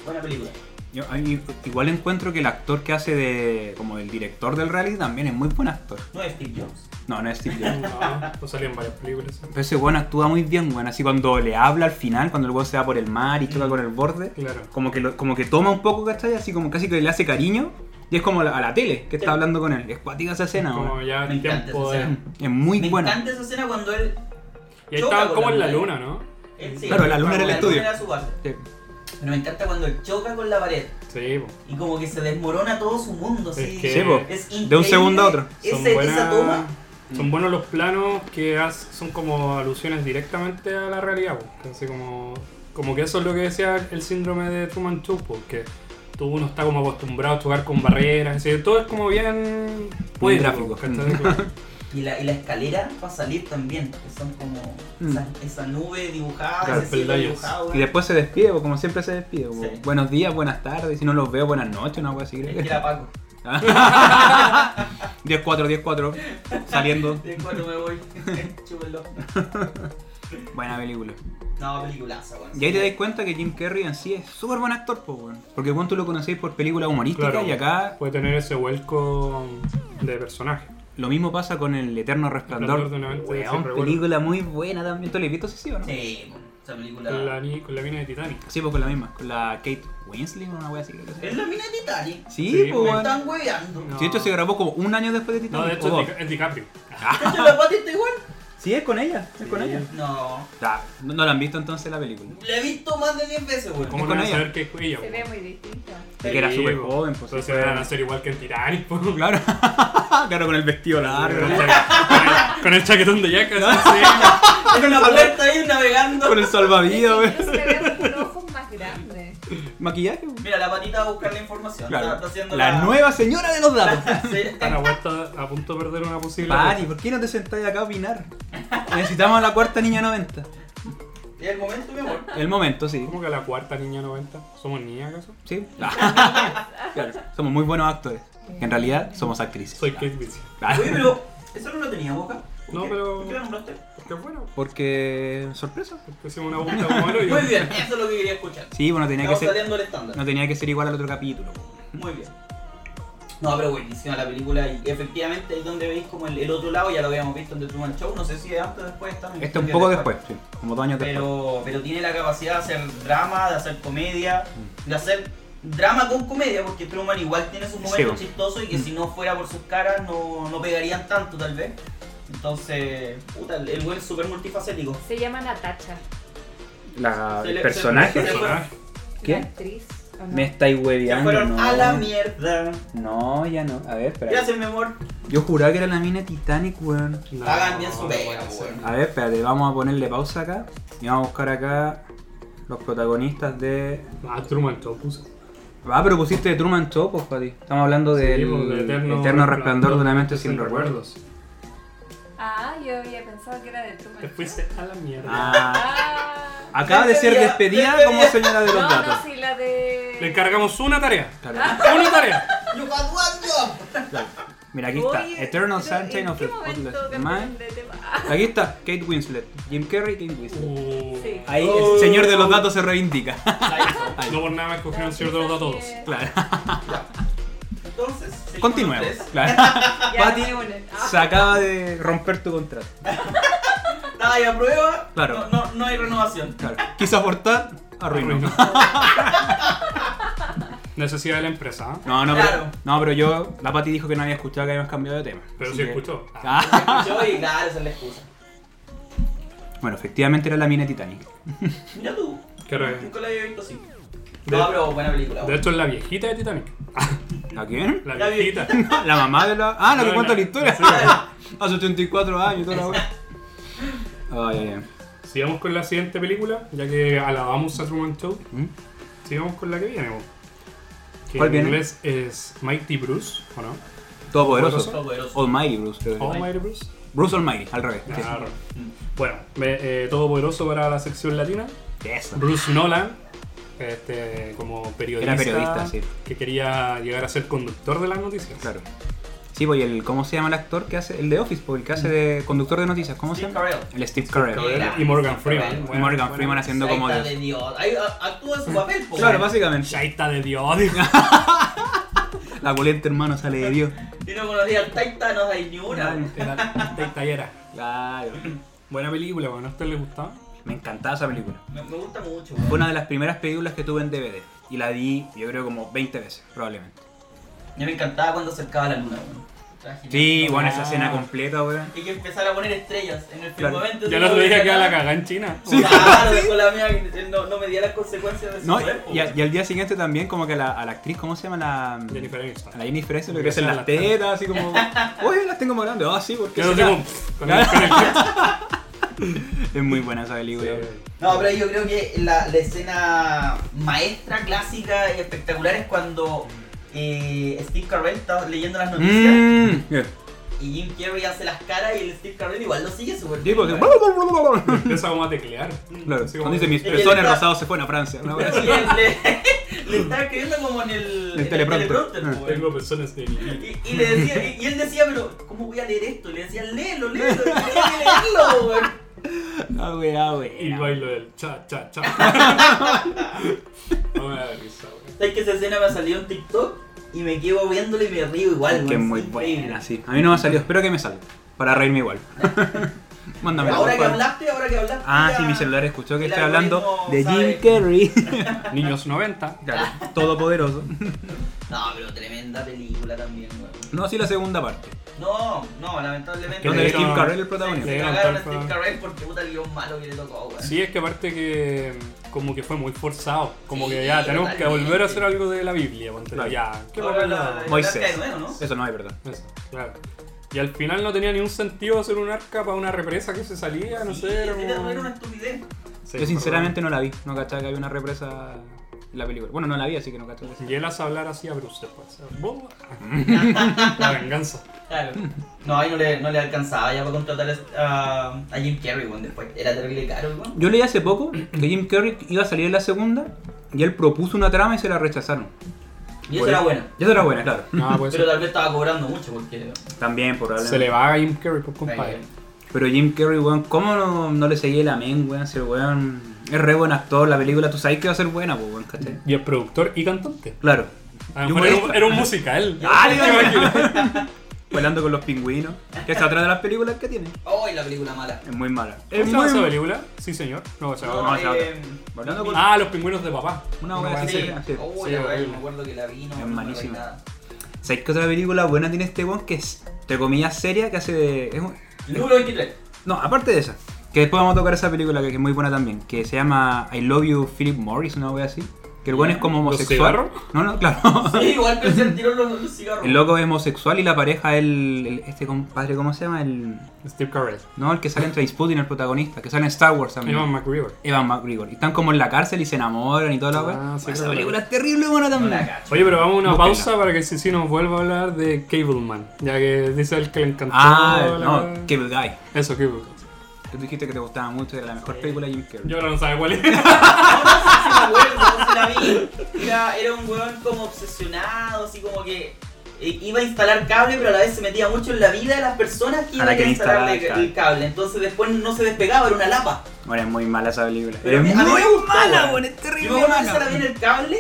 Buena película.
Yo, a mí, igual encuentro que el actor que hace de como el director del reality también es muy buen actor.
No es Steve Jobs.
No, no es Steve Jobs.
No, pues salían varias películas.
Pero ese weón actúa muy bien, weón. Así cuando le habla al final, cuando el weón se va por el mar y choca con el borde,
Claro.
como que, lo- como que toma un poco, ¿cachai? Así como casi que le hace cariño. Y es como a la, a la tele que está hablando con él. Es cuática esa escena,
Como
weón.
ya
Me
en
encanta esa
tiempo de.
escena.
Es muy
Me
buena.
encanta esa escena cuando él.
Y ahí
Choca
estaban
con
como
la
en la
luna.
luna, ¿no?
él sí,
Claro, la luna era el
la
estudio.
era su base.
Sí.
Pero me encanta cuando él choca con la pared.
Sí, po.
Y como que se desmorona todo su mundo.
Es
así.
que-
Sí, po.
Es
De un segundo a otro.
increíble
Son
ese-
buenas-
Esa toma.
Son buenos los planos que haz- son como alusiones directamente a la realidad. po. Entonces, como, como que eso es lo que decía el síndrome de Truman Show, porque tú no está como acostumbrado a jugar con barreras. así, todo es como bien
Muy gráfico.
poético, ¿cachai? Claro.
Y la, y la escalera para salir también, que son como
Mm.
esa, esa nube dibujada,
Claro,
ese cielo
peldaños.
dibujado.
Y después se despide, weón, como siempre se despide. weón.
Sí.
Buenos días, buenas tardes. Si no los veo, buenas noches, una weón así. Ah.
Es que era Paco.
10-4, 10-4. Saliendo.
De cuatro me voy. Chúpenlo.
Buena película.
No, peliculaza, weón.
Y ahí te das cuenta que Jim Carrey en sí es súper buen actor, po, weón. Porque cuánto lo conocéis por películas humorísticas y acá
Puede tener ese vuelco de personaje.
lo mismo pasa con El Eterno Resplandor.
Resplandor de una mente
Weón,
sin recuerdo.
película muy buena también. ¿Tú la has visto? Sí, sí, o no?
Sí, weón, esa película.
Con la, ni- con la mina de Titanic.
Sí, pues con la misma. Con la Kate Winslet, una wea así. creo que se
Es
llama.
la mina de Titanic.
Sí,
Sí,
po,
me
weón.
Están hueveando.
No.
Sí, de hecho se grabó como un año después de
No,
Titanic.
de
o
hecho,
dos. Ah.
es Di- es DiCaprio.
¿Te hecho la pata está igual?
Sí, es con ella. Es con ella.
No.
Ya, no, no la han visto entonces la película.
La he visto más de 10 veces, weón.
¿Cómo
Es
no
con
vas a
ella.
saber que es ella?
Se
po?
ve muy distinto.
Es Así que era
Sí,
súper
po.
joven, pues.
Entonces
sí,
van
fue-
a hacer igual que en Titanic, po.
Claro, claro, con el vestido largo.
Con el cha- con el chaquetón de Jack, así, sí.
Con una puerta ahí navegando.
Con el salvavidas,
Incluso
weón.
le veo con ojos más grandes.
Maquillaje, weón.
Mira, la patita va a buscar la información.
Claro.
Está, está haciendo
La nueva señora de los datos.
Sí.
Están a vuelta a punto de perder una posible.
Pani, ¿por qué no te sentáis acá a opinar? Necesitamos a la cuarta niña 90.
Es el momento, mi amor.
El momento, sí.
¿Cómo que la cuarta niña 90? ¿Somos niñas acaso?
Sí. Ah. Claro, somos muy buenos actores. que en realidad somos actrices.
Soy Kate Winslet.
Claro.
Oye, pero eso no lo tenía boca. ¿Por
No,
qué?
pero-
¿Por qué la nombraste?
Porque bueno,
Porque. sorpresa.
porque hicimos una punta como el hoyo.
Muy bien, eso es lo que quería escuchar.
Sí, bueno, tenía que
Estamos
ser.
saliendo el estándar.
No tenía que ser igual al otro capítulo. po.
Muy bien. No, pero buenísima la película y efectivamente ahí donde veis como el, el otro lado, ya lo habíamos visto en The Truman Show, no sé si es antes o después está en el
Esto un
estudio
poco después, sí. Como dos años después.
Pero, pero tiene la capacidad de hacer drama, de hacer comedia, de hacer drama con comedia, porque Truman igual tiene sus momentos
Mm. Sí, Mm.
chistosos y que si no fuera por sus caras no, no pegarían tanto tal vez. Entonces, puta, el el güey es súper multifacético.
Se llama Natacha.
La,
Se le-
el
se-
personaje.
se-
Personaje.
¿Qué?
La actriz. ¿o no?
Me estáis
Se
hueveando.
fueron
no.
a la mierda.
No, ya no. A ver, espera.
Gracias, mi amor.
Yo juraba que era la mina Titanic, weón.
No,
Hagan bien su
no
pega,
puede ser.
weón.
A ver, espérate, vamos a ponerle pausa acá. Y vamos a buscar acá los protagonistas de.
Ah, Truman Show puso.
Ah, pero pusiste de Truman Show, pues, Pati. Estamos hablando del
Sí, del
pues, eterno, resplandor de una mente sin recuerdos.
Ah, yo había pensado que era de Truman.
Te fuiste a la mierda.
Ah,
Ah.
acaba de ser
Despedida,
despedida como señora de los
no,
datos.
no, sí, la de.
Le encargamos una tarea.
Claro,
Una tarea.
claro. Mira, aquí está.
Oye,
Eternal
pero
Sunshine
¿en
of
qué
the
momento
Spotless
cambiaron
Mind. Ah,
de tema?
Aquí está, Kate Winslet. Jim Carrey, Kate Winslet.
Uh,
Sí.
Ahí el señor de los datos se reivindica. Ahí.
No por nada
Ah,
me escogieron Señor de los Datos. dos.
Claro.
Entonces, seguimos
Continuemos.
los tres.
Claro.
Ya,
Pati,
me unen. Ah.
Se acaba de romper tu contrato.
Nada, ya prueba.
Claro.
No, no, no hay renovación.
Claro. Quiso aportar, arruinó.
Necesidad de la empresa. ¿ah?
No, no,
Claro.
pero, no, pero yo, la Pati dijo que no había escuchado que habíamos cambiado de tema.
Pero
Así
sí
que-
escuchó. Ah,
Ah,
Escuchó y claro, esa es la excusa.
bueno, efectivamente era la mina Titanic.
Mira tú.
qué re-
Nunca la había visto así.
De-
No, pero buena película.
De
bueno.
hecho, es la viejita de Titanic.
¿La quién?
La
La
viejita.
La mamá de la. Ah, la que
No,
cuenta
no,
la historia.
sí, claro.
Hace 84 años y toda la wea. Ay, ay, ay.
Sigamos con la siguiente película, ya que alabamos a Truman Show.
¿Mm?
Sigamos con la que viene. po. Que
¿Cuál
en
viene?
inglés es Mighty Bruce, ¿o no?
Todopoderoso.
Todopoderoso.
Almighty Bruce, creo que
¿O
es.
Mighty Bruce?
Bruce Almighty, al revés. sí.
Ah, Bueno, me- eh, todopoderoso para la sección latina.
Eso.
Bruce Nolan, este, como periodista,
Era periodista, sí.
que quería llegar a ser conductor de las noticias.
Claro. Sí, pues, y el, ¿cómo se llama el actor que hace? El de Office, porque el que hace de conductor de noticias. ¿Cómo
Steve
se llama?
Carell.
El Steve Carell.
Carell.
Y Morgan
Sí,
Freeman.
bueno,
Y Morgan Freeman haciendo como
Ahí
de.
está de Dios. Ahí a- actúa en su papel, po.
Claro,
weón.
básicamente.
Shaita de Dios.
La boleta, hermano, sale de Dios.
Si no conocía al Taita, no hay ni una. weón.
Shaitayera.
Claro.
Buena película, bueno, ¿a usted le gustaba?
Me encantaba esa película.
Me, me gusta mucho.
Fue
weón.
una de las primeras películas que tuve en DVD. Y la vi, yo creo, como 20 veces, probablemente.
Ya me encantaba cuando acercaba la luna. weón. Estaba genial.
Sí, bueno,
Ah.
esa escena completa, weón.
Hay que empezar a poner estrellas en el
Claro.
firmamento.
Ya
si
lo
no,
veía que a la
nada.
cagá en China.
Claro, dejó la mía que no, no medía las consecuencias de su
No,
cuerpo.
y, a-
weón.
y al día siguiente también, como que la, a la actriz, ¿cómo se llama? La,
Jennifer
a
Aniston.
la Jennifer Aniston le crecen las tetas, así como. Oye, las tengo más grandes. Ah, sí, porque.
Yo no
será?
tengo con el, con el
Es muy buena esa película.
Sí.
weón.
No, pero yo creo que la, la escena maestra, clásica y espectacular es cuando eh, Steve Carell está leyendo las noticias
Mmm. yeah.
y Jim Carrey hace las caras y el Steve Carell igual lo sigue súper
Sí,
bien,
porque-
weón. Mm.
Empieza como a teclear.
Claro,
Sí, como-
cuando dice mis
Sí,
pezones
está-
rosados se fueron a Francia. una weá así.
Porque le, le estaba escribiendo como en el,
El
en el
teleprompter. Ah,
po, weón.
Tengo personas de mi
Y, y le decía, y, y él decía, pero ¿cómo voy a leer esto? Y le decía, léelo, léelo, y tenía que leerlo, weón.
Ah, weá,
Y
weá.
bailo del cha, cha, cha. No me da risa, güey.
¿Sabes que esa escena me ha salido en TikTok? Y me quedo viéndola y me río igual,
Que es
weón.
muy
increíble.
buena, sí. A mí no me ha salido, espero que me salga. Para reírme igual. Mándame
Ahora que hablaste, ahora que hablaste.
Ah,
ya-
sí, mi celular escuchó que
el
estoy hablando
algoritmo
de
sabe.
Jim Carrey.
Niños 90.
claro, todopoderoso.
No, pero tremenda película también, weón.
No así la segunda parte.
No, no, lamentablemente.
Que le
Donde
dieron-
Steve Carell el
Se
protagonista.
dieron
cagaron a
tapa.
Steve Carell porque puta el guión malo que le tocó, weón.
Sí, es que aparte que mm, como que fue muy forzado, como
Sí,
que ya tenemos que
totalmente.
volver a hacer algo de la Biblia, ponte tú,
Claro.
ya, ¿qué
Ahora
papel
la-
le damos?
la-
Moisés.
de nuevo, ¿no?
Eso no hay, verdad.
Eso, claro. Y al final no tenía ni un sentido hacer un arca para una represa que se salía, no
Sí,
sé, era
era
como-
era una estupidez.
Sí,
Yo sinceramente no la vi. No cachaba que había una represa en la película. Bueno, no la vi, así que no cachaba.
perdón. Y él hace hablar así a Bruce después. ¿Vos? La venganza.
Claro. No, ahí no le, no le alcanzaba ya para contratar a, a- a Jim Carrey, weón. Después era terrible caro, weón.
Yo leí hace poco que Jim Carrey iba a salir en la segunda y él propuso una trama y se la rechazaron.
Y eso
Por
era
eso-
bueno.
Y eso era buena, claro.
No, pues
Pero tal vez estaba cobrando mucho porque. eh,
También, probablemente.
se le va a Jim Carrey, pues compadre.
Pero Jim Carrey, weón, ¿cómo no, no le seguí el amén, weón? Si el weón es re buen actor, la película tú sabes que va a ser buena, pues, weón, ¿cachai?
Y el productor y cantante.
Claro.
A
Y
lo mejor era, un-
humorista.
era un musical.
Ah,
¿Te imaginas?
Bailando con los pingüinos, que es otra de las películas que tiene.
¡Ay, la película mala!
Es muy mala.
¿Cómo
Es
se llama
muy
esa película? Sí, señor. No, se llama-
No, esa otra.
eh,
Bailando con-
Ah, los pingüinos de papá.
Una wea
wea
así.
Sí,
así.
sí,
Oh,
sí,
la verdad,
horrible.
me acuerdo que la vino.
Es malísima. ¿Sabes qué otra película buena tiene este weón que es, entre comillas, seria, que hace de... es un-
Número 23.
No, aparte de esa, que después vamos a tocar esa película que que es muy buena también, que se llama I Love You Philip Morris, una wea así. Que el weón es como
¿Los
homosexual.
cigarros?
No, no, claro.
Sí, igual pensé en tirar los, los cigarros.
El loco es homosexual y la pareja, el, el- este compadre, ¿cómo se llama? El,
Steve Carell.
no, el que sale en Trainspotting, el protagonista, que sale en Star Wars también.
Evan McGregor.
Evan McGregor. Y están como en la cárcel y se enamoran y toda la
Ah,
wea.
sí,
esa
claro.
película es terrible buena
No
también.
la cacho.
Oye, pero vamos a una
Búsquenla.
pausa para que el Sisi nos vuelva a hablar de Cableman. Ya que dice el que le encantó.
ah,
la-
no, Cable Guy.
Eso, Cable.
Tú dijiste que te gustaba mucho, era la mejor película de Jim Carrey.
Yo ahora no sabe cuál es.
Sí me acuerdo, se la vi. Era, era un weón como obsesionado, así como que eh, iba a instalar cable, pero a la vez se metía mucho en la vida de las personas que
A
iban
la
a
que le
instalarle el
instalaba
cable.
el
Entonces después no se despegaba, era una lapa.
Bueno, es muy mala esa película.
Pero a
es
mí-
muy
a mí me gustó,
mala,
weón.
weón, es
Yo
terrible
me acuerdo que se la vi en
mala.
el cable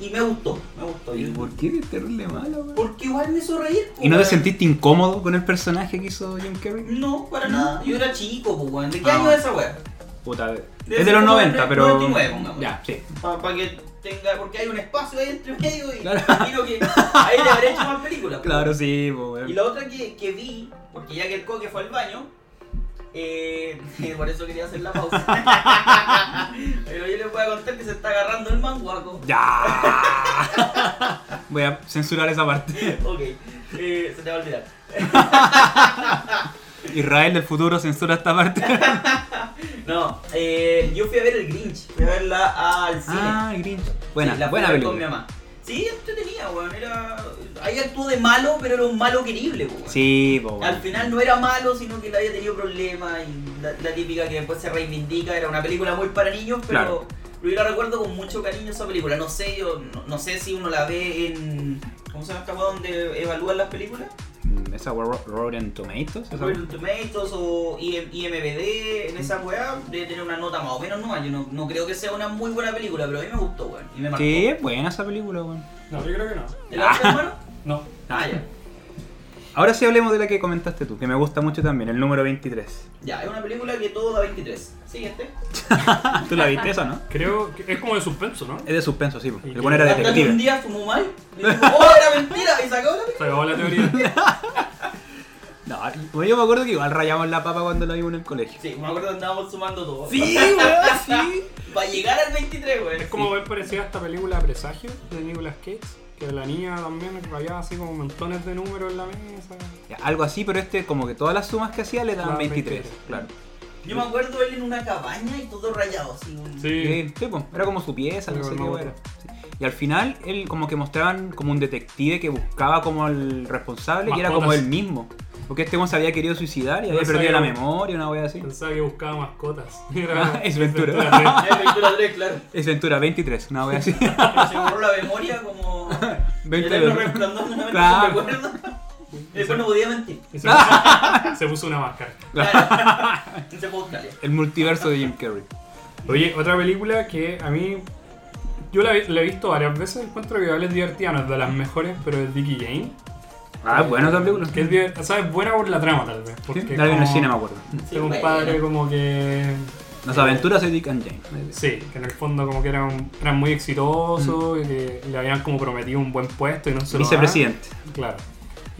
y me gustó, me gustó.
¿Y
Y-
por qué es terrible mala, weón?
Porque igual me hizo reír.
¿Y no te
weón.
sentiste incómodo con el personaje que hizo Jim Carrey?
No, para nada. Yo era chico, pues, weón. ¿De qué
Ah.
año es esa weá?
Puta,
Debe
es de
ser
los
como
90, pero...
99, pongamos.
Ya, sí.
Para que tenga, porque hay un espacio ahí entre medio y
Claro.
imagino que ahí le habré hecho más películas. pues,
Claro, sí, po,
Y
weón.
la otra que, que vi, porque ya que el coque fue al baño, eh, por eso quería hacer la pausa. Pero yo les voy a contar que se está agarrando el manguaco.
¡Ya! Voy a censurar esa parte.
Ok, eh, se te va a olvidar.
Israel del futuro censura esta parte.
No, eh, yo fui a ver el Grinch, fui a verla al cine.
Ah, Grinch. Buena,
Sí, la fui
buena
a ver con mi
película.
mamá. Sí, entretenida, weón. Era... Ahí actuó de malo, pero era un malo querible, weón.
Sí, po,
Al
weón.
final no era malo, sino que le había tenido problemas y la, la típica que después se reivindica. Era una película muy para niños, pero
Claro.
yo la recuerdo con mucho cariño esa película. No sé, yo no, no sé si uno la ve en. ¿Cómo se llama esta weá donde evalúan las películas?
Mm, Esa weón, Ro- Rotten Tomatoes. esa
Rotten
weón.
Tomatoes o IM- IMDb, en esa weá, debe tener una nota más o menos no Yo no, no creo que sea una muy buena película, pero a mí me gustó, weón. Y me marcó.
Sí, es buena esa película, weón.
No, yo creo que no.
¿El otro, hermano?
No.
Ah, ya.
Ahora sí hablemos de la que comentaste tú, que me gusta mucho también, el número 23.
Ya, es una película que todo da 23. Siguiente.
¿Tú la viste esa, no?
Creo que es como de suspenso, ¿no?
Es de suspenso, sí. po.
Y
El bueno era
Hasta que un
detective.
día fumó mal. Y dijo, ¡Oh, era mentira! Y sacó la
Se acabó la teoría.
No, bueno, yo me acuerdo que igual rayamos la papa cuando la vimos en el colegio.
Sí, me acuerdo que andábamos sumando todo.
weón, sí.
Para llegar al 23, güey.
Es como bien parecida a esta película Presagio de Nicolas Cage, que la niña también rayaba así como montones de números en la mesa.
Ya, Algo así, pero este, como que todas las sumas que hacía le daban
Daban
23.
23.
Claro.
Yo me acuerdo él en una cabaña y todo rayado así. un-
Sí, sí, po, era como su pieza, no sé
Sí,
qué
como
era. Sí. Y al final, él como que mostraban como un detective que buscaba como el responsable, que era como
Mascotas.
él mismo. Porque este weón se había querido suicidar y había
Pensaba
perdido
que-
la memoria, una wea así.
Pensaba que buscaba mascotas.
Ah, es Ventura.
Ventura.
Es Ventura 3, claro.
Es Ventura 23, una wea así.
Pero se borró la memoria como. El
20
eterno resplandor de una mente
Claro.
sin recuerdo. Y Después no podía mentir.
Y se, puso, se puso una máscara.
Claro. Se fue a Australia.
El multiverso de Jim Carrey.
Oye, otra película que a mí. Yo la, he- la he visto varias veces, encuentro que igual es divertida, no es de las mejores, pero es Dicky Jane.
Ah, bueno, esa película.
Que es diver- o sea, es buena por la trama, tal vez.
Sí,
Porque
La vi en el
como-
cine, me acuerdo.
Sí,
Este compadre
bueno.
como que
Las aventuras de Dick and Jane.
Sí, que en el fondo como que eran, eran muy exitosos, y que le habían como prometido un buen puesto y no se lo dan.
Mm. Vicepresidente.
Claro.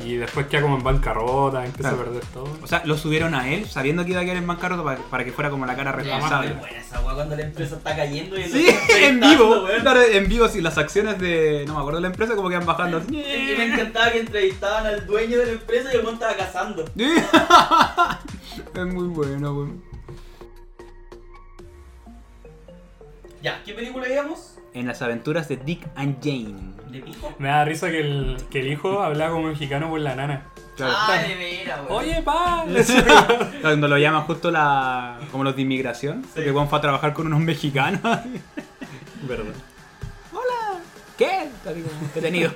Y después queda como en bancarrota, empieza
Claro.
a perder todo.
O sea, lo subieron a él sabiendo que iba a quedar en bancarrota para, para que fuera como la cara
Qué
responsable.
buena esa weá cuando la empresa está cayendo y
Sí,
lo está
en
entrevistando,
vivo.
weón.
Claro, en vivo, sí, las acciones de. No me acuerdo de la empresa, como que iban bajando.
Y me encantaba que entrevistaban al dueño de la empresa y el weón estaba cazando.
es muy bueno, weón.
Ya, ¿qué película íbamos?
En las aventuras de Dick and Jane.
¿De Pico?
Me da risa que el, que el hijo hablaba como mexicano por la nana.
Ah, de veras, weón.
Oye, pa.
Cuando lo llaman justo la. como los de inmigración. Porque Juan fue a trabajar con unos mexicanos.
Verdad.
¡Hola! ¿Qué? Está así como entretenido.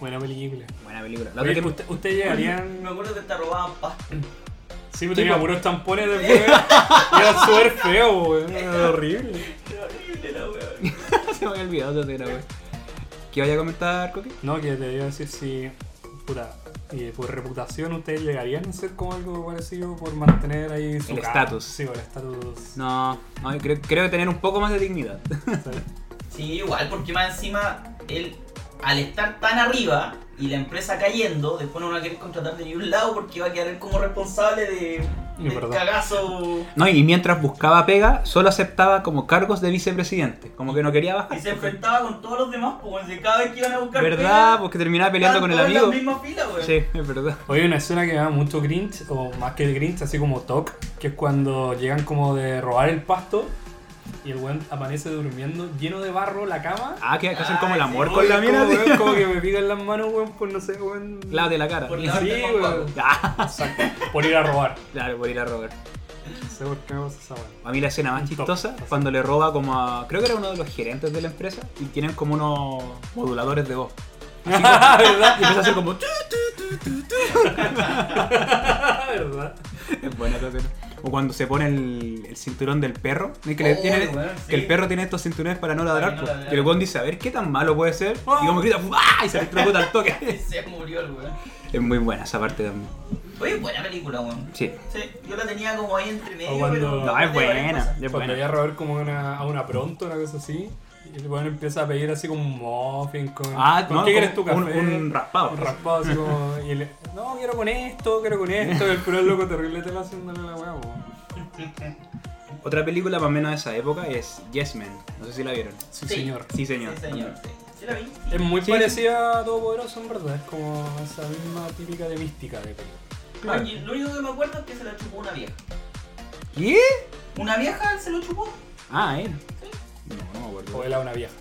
Buena película.
Buena película. La otra
Oye,
que-
¿usted- ¿Ustedes llegarían
Me acuerdo que te robaban pasta.
Sí, me tenía puros tampones después. Era súper feo, weón. Era horrible.
Era horrible la weón.
Se me había olvidado de hacer, weón. ¿Qué vaya a comentar, Coqui?
No, que te iba a decir si. Puta. Y por reputación, ¿ustedes llegarían a hacer como algo parecido por mantener ahí su
El
ca-
estatus.
Sí, por el estatus.
No, no, yo creo, creo que tener un poco más de dignidad.
¿sabes?
Sí, igual, porque más encima, él, al estar tan arriba y la empresa cayendo, después no van a querer contratar de ningún lado porque va a quedar él como responsable de,
Es
del
verdad.
cagazo.
No, y mientras buscaba pega, solo aceptaba como cargos de vicepresidente. Como que no quería bajar.
Y se enfrentaba con todos los demás, pues weón, si cada vez que iban a buscar
¿Verdad?
pega,
Porque terminaba peleando con el
estaban todos
amigo.
en la misma fila, weón.
Sí, es verdad.
Hoy una escena que me da mucho cringe, o más que cringe, así como toc, que es cuando llegan como de robar el pasto y el weón aparece durmiendo lleno de barro la cama.
Ah, que que hacen como el
Ay,
amor
sí,
con la
Como,
mina,
weón,
tío.
como que me pican las manos, weón, por no sé, weón.
La de la cara.
Por
Sí,
lavarte con
weón.
guapo.
Ah,
Exacto, por ir a robar.
claro, por ir a robar.
No sé por qué me pasa esa weón.
A mí la escena más
Un top.
chistosa cuando le roba como a. Creo que era uno de los gerentes de la empresa y tienen como unos moduladores de voz.
¿Verdad?
Y empieza a hacer como. "Chu".
¿Verdad?
Es buena esa escena. O cuando se pone el, el cinturón del perro. ¿no? Que, le
Oh,
tiene-
weón,
que el
sí.
perro tiene estos cinturones para no
que
ladrar.
no
pues.
ladrar.
Y el weón dice, a ver qué tan malo puede ser. Y como grita, ¡ah! Y se electrocuta al toque.
Se murió el weón.
es muy buena esa parte también.
Oye, buena película, weón.
Sí.
Sí, yo la tenía como ahí entre medio,
O cuando-
pero...
No, es
tenía varias
buena.
cosas.
Es
Cuando
buena.
ya a robar como una, a una pronto, una cosa así, y el weón empieza a pedir así como un muffin, con...
Ah,
¿con
no,
qué
como
quieres tu café?
un- un raspado.
Un raspado, así como... Y el, no, quiero con esto, quiero con esto, y el puro loco terrible te va haciéndole la weá, weón.
Otra película más o menos de esa época es Yes Man. No sé si la vieron.
Sí,
Sí.
señor.
Sí, señor.
Sí, señor. Sí, Sí la vi.
Es muy
Sí,
parecida a Todopoderoso, en verdad, es como esa misma típica de mística de película.
Claro.
Oye, Lo único que me acuerdo es que se la chupó una vieja.
¿Qué?
¿Una vieja se lo chupó?
Ah, él. No, no me acuerdo.
O él a una vieja.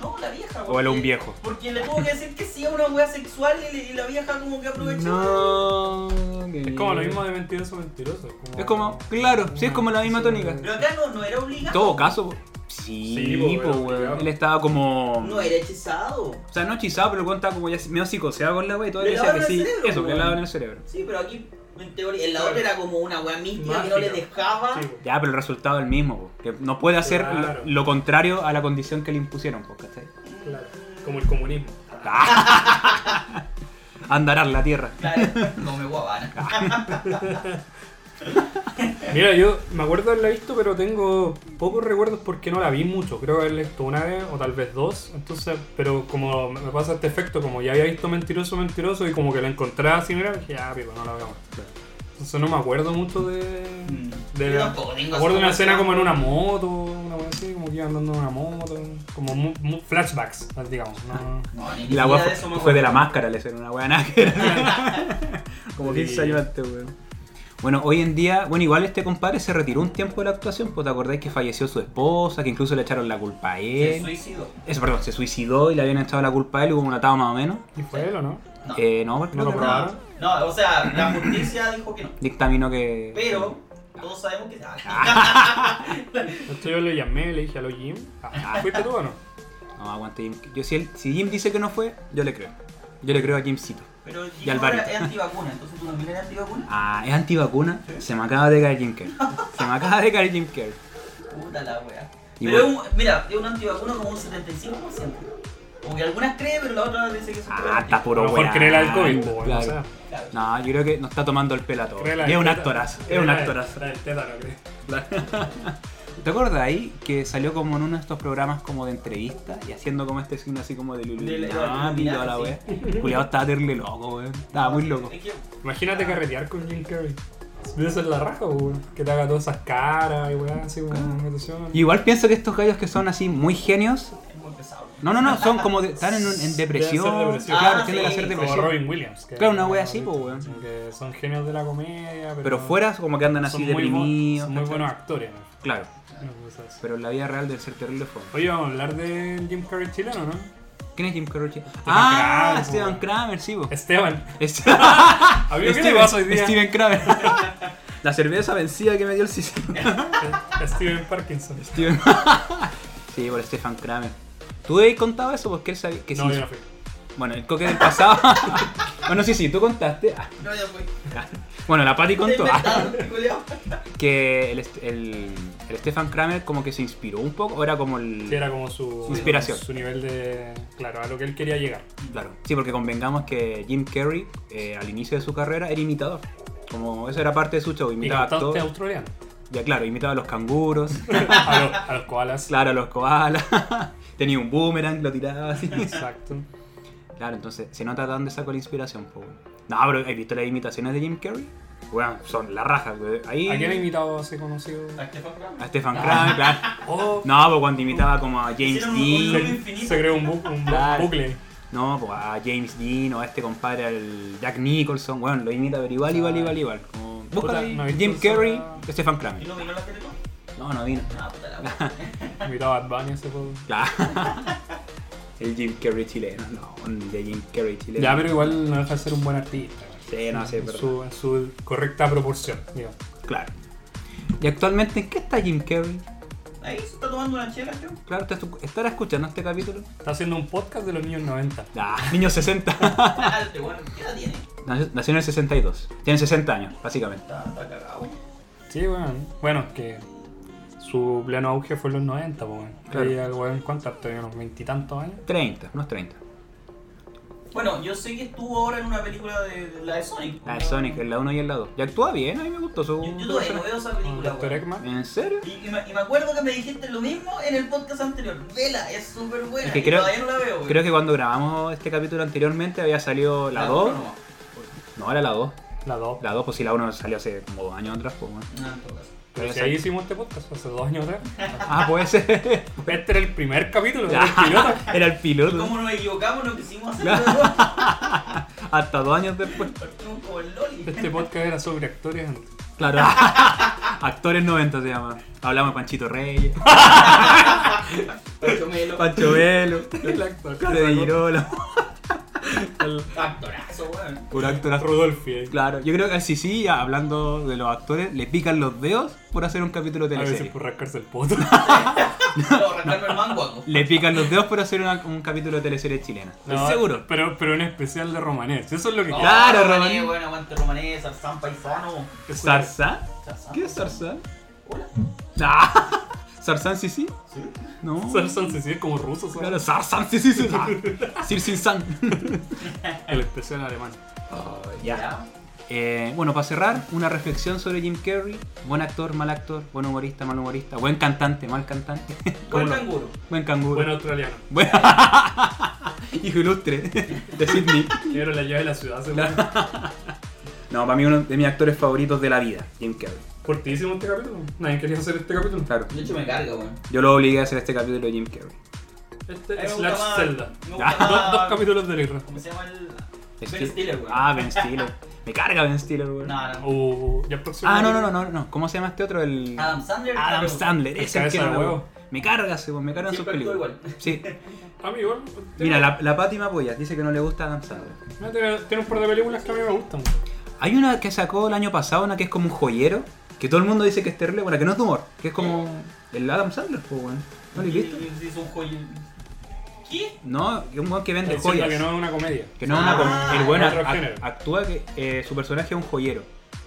No, la vieja.
O él a un viejo.
Porque le tuvo que decir que sí a una wea sexual y, le- y la vieja como que aprovechó.
No. que
Es
bien.
como lo mismo de mentiroso mentiroso. Como,
Es como, claro, sí, es como la misma
Sí,
tónica.
Pero acá no, no era obligado.
En todo caso, po- sí,
Sí, po,
po,
weón,
weón.
obligado.
Él estaba como.
No era hechizado.
O sea, no hechizado, pero el weón estaba como ya medio psicoseado con la wea y todo. Él
Le
decía que
lavaron
sí.
el cerebro,
Eso, que le
weón.
lavaron el cerebro.
Sí, pero aquí, en teoría, en la otra era como una wea mística que no le
Mágica.
dejaba.
Sí, po.
Ya, pero el resultado es el mismo, po, que no puede hacer lo-
Claro.
lo, contrario a la condición que le impusieron, po, ¿cachai?
Claro, como el comunismo.
Andarás la tierra.
Claro, no me guaban.
Mira, yo me acuerdo haberla visto, pero tengo pocos recuerdos porque no la vi mucho. Creo haberla visto una vez o tal vez dos. Entonces, pero como me pasa este efecto, como ya había visto Mentiroso, Mentiroso y como que la encontraba así, mira, dije, ah, pico, no la veo más. Entonces no me acuerdo mucho de... de
Mm. Yo
la,
tampoco tengo
me acuerdo de una
así como
escena como en
esa-
una moto, una cosa así, como que iba andando en una moto. Como mu- mu- flashbacks, digamos. ¿no?
No,
Y la
ni siquiera
wea
de
fue,
eso me
fue de la
acuerdo.
máscara, le hicieron una wea nada que ver. Como
Sí.
15 años antes, weón. Bueno, hoy en día, bueno, igual este compadre se retiró un tiempo de la actuación, pues te acordáis que falleció su esposa, que incluso le echaron la culpa a
Se
él.
suicidó.
Eso, perdón, se suicidó y le habían echado la culpa a él, hubo un atado más o menos.
¿Y fue él o no?
No.
Eh, no, porque
No
no
lo
lo
probaron.
No, o sea, la justicia dijo que no.
Dictaminó que.
Pero todos sabemos que.
Ah. Entonces yo le llamé, le dije, hello Jim. Ah, ¿Fuiste tú o no?
No, aguante Jim. Yo, si, él- si Jim dice que no fue, yo le creo. Yo le creo a Jimcito.
Pero Jim
Y
ahora
Alvarito.
es antivacuna, entonces tú también eres antivacuna.
Ah, es antivacuna. Se me acaba de caer Jim Kerr. Se me acaba de caer Jim Kerr.
Puta la wea.
Y
Pero
bueno.
es un- mira, es un antivacuno como un 75%. Como que algunas cree, pero la otra dice que es un
Ah,
hueón.
está
A
puro
lo mejor
weá.
cree el alcohol, po,
Claro.
o sea,
Claro.
No, yo creo que nos está tomando el pelo a todos.
cree la
Y es un
teta-
actorazo.
cree
Es un
la-
actorazo.
la del tétano, cree.
¿Te acuerdas ahí que salió como en uno de estos programas como de entrevista y haciendo como este signo así como de
Del-
Illuminati y toda la wea?
Illuminati,
Juliado estaba terrible loco, weón. Estaba muy loco.
Es que
Ah.
Imagínate carretear con Jim Carrey. Debe ser la raja, weón. Que te haga todas esas caras y weón, así como una imitación.
Y Igual pienso que estos gallos que son así muy genios.
es muy pesado.
No, no, no, son como de- están en, un- en depresión.
Deben ser depresión.
Claro,
Ah,
tienden a
sí,
ser
como
Como
depresión.
Robin Williams. que-
Claro, una wea así, po, weón.
Como Que son genios de la comedia, pero.
Pero fuera como que andan así
son muy bu-
deprimidos.
Son muy
¿cachai?
buenos actores, ¿no?
Claro,
Una cosa así.
pero en la vida real debe ser terrible fondo.
Oye, vamos a hablar del Jim Carrey chileno, ¿no?
¿Quién es Jim Carrey? Ah,
Kramer,
Esteban
po.
Kramer, sí, po.
Esteban.
Es-
Amigo, ¿qué le
Steven-
pasa hoy día?
Steven Kramer. La cerveza vencida que me dio el sistema.
Eh, Steven Parkinson.
Steven. sí, por Stefan Kramer. ¿Tú habías contado eso? Porque él sabía que
No,
sí.
yo no fui.
Bueno, el coque del pasado. bueno, sí, sí, tú contaste. Ah,
No, ya fue.
Bueno, la Patti
Está
contó ah,
inventado, este culiao.
que el, est- el, el Stefan Kramer como que se inspiró un poco. o era como el.
Sí, era como su,
Su inspiración.
Su nivel de. Claro, a lo que él quería llegar.
Claro. Sí, porque convengamos que Jim Carrey, eh, al inicio de su carrera, era imitador. Como eso era parte de su show,
Y
imitaba a
cantante
todos.
australiano.
Ya claro, imitaba a los canguros,
a, los, a los koalas.
claro, a los koalas. Tenía un boomerang, lo tiraba así.
Exacto.
Claro, entonces se nota de dónde sacó la inspiración, po, weón. No, pero ¿has visto las imitaciones de Jim Carrey? Bueno, son la raja, weón. Ahí.
¿A quién ha invitado así conocido?
A Stefan Kramer, claro.
Oh,
No, pues cuando imitaba como a James
Hicieron un- un
Dean.
loop
se,
infinito.
se creó un, bu- un bu-
Claro.
bucle.
No, pues a James Dean o a este compadre, al Jack Nicholson. Bueno, lo imita, pero igual, igual, igual, igual. Como, búscala ahí,
Ah, no he visto
Jim
esa-
Carrey, Stefan
¿Y
Kramer.
no vino la tele, no?
No, no vino.
Ah, puta la wea.
Invitado a Bad Bunny ese juego.
Claro. El Jim Carrey chileno. No, un de Jim Carrey chileno.
Ya, pero igual no deja de ser un buen artista.
Sí, no, sí,
en,
pero-
su, en su correcta proporción, digo.
Claro. ¿Y actualmente en qué está Jim Carrey?
Ahí se está tomando una chela, creo.
Claro, ¿te estu- ¿estará escuchando este capítulo?
Está haciendo un podcast de los niños 90.
Ah, niño 60.
Alte, bueno, ¿qué edad tiene?
Nació nació en el 62. Tiene 60 años, básicamente.
Está, está cagado.
Sí, weón. Bueno, es que su pleno auge fue en los 90, pues, weón.
Claro.
Y el weón, ¿cuánto? Tenía unos veintitantos años.
30, unos 30.
Bueno, yo sé que estuvo ahora en una película de de la de Sonic.
La de Sonic, en la 1 y en la 2. Y actúa bien, a mí me gustó su.
Yo, yo
su
todavía no
personaje.
veo esa
Con
película,
Dr.
weón.
Eggman.
¿En serio?
Y, y me, y me acuerdo que me dijiste lo mismo en el podcast anterior. Vela, es súper buena.
Es que
y
creo-
todavía no la veo, weón.
Creo que cuando grabamos este capítulo anteriormente había salido la 2.
no, no.
No, era la 2.
La 2.
La 2, pues si la 1 salió hace como dos años atrás, pues bueno.
No, en todo caso.
Pero si ahí hicimos este podcast hace dos años atrás.
Ah, puede ser.
Este era el primer capítulo, este
Ya,
el piloto.
era el piloto.
¿Cómo nos equivocamos? No quisimos hacerlo. weón.
Hasta dos años después.
Partimos como el Loli.
Este podcast era sobre actores antes.
Claro. Actores 90 se llama. Hablamos de Panchito Reyes,
Pancho Melo.
Pancho Velo,
El actor.
Claro de Girolo.
Actorazo, weón.
Puro actorazo.
Rodolfi. ahí.
Claro, yo creo que al sí, hablando de los actores, le pican los dedos por hacer un capítulo de
A veces
teleserie.
por rascarse el poto.
No, arrancarme el mango, guaco.
Le pican los dedos por hacer una- un capítulo de teleserie chilena.
No,
Seguro. Ah,
Pero, pero en especial de Romanés. Eso es lo que
No,
quiero.
Claro,
Romané,
Romané.
bueno, aguante Romané, Zarzán paisano.
¿Zarzán?
Zarzán.
¿Qué es Zarzán?
Hola.
Ah, ¿Zarzán sí sí?
Sí.
No.
Sarsan se sigue como ruso, ¿sabes?
Claro, Zarzán sí sí sí. Ah, Sir Sin San.
El especial alemán.
Oh,
Ya. Eh, bueno, para cerrar, una reflexión sobre Jim Carrey. Buen actor, mal actor, buen humorista, mal humorista, buen cantante, mal cantante. ¿Cómo
Buen
lo-
canguro.
Buen canguro.
Buen australiano.
Buen- Hijo ilustre de Sydney.
Quiero la llave de la ciudad, seguro.
No, para mí uno de mis actores favoritos de la vida, Jim Carrey.
Cortísimo este capítulo. Nadie quería hacer este capítulo.
Claro.
De hecho me carga, weón.
Yo lo obligué a hacer este capítulo de Jim Carrey.
A mí
Este
me
es
gusta
Slash
más-
Zelda.
Me
Ah,
gusta
Dos,
más-
dos capítulos de Lirra.
¿Cómo se llama el. Ben
Stiller.
Stiller, weón.
Ah, Ben Stiller. Me carga Ben Stiller, weón.
No, no.
Uh, ya el próximo.
Ah, no, no, no, no, no. ¿Cómo se llama este otro? El
Adam Sandler.
Adam
claro.
Sandler.
El
Ese es el que
cabeza
no
de
me-
huevo.
Me carga, ese, weón. Me cargan sus
Siempre actúa
películas. Sí.
Amigo,
Mira, la, la Pati me apoya. Dice que no le gusta Adam Sandler.
No, tiene, tiene un par de películas que a mí me gustan.
Hay una que sacó el año pasado, una que es como un joyero, que todo el mundo dice que es terrible, bueno, que no es de humor, que es como el Adam Sandler, pues, weón. ¿No lo has visto?
Sí, sí, es un joyo. ¿Qué?
No, es un weón que vende
Estoy
joyas.
diciendo que no es una comedia.
Que no es una
Ah,
com- El weón
otro
ac-
género.
actúa que eh, su personaje es un joyero.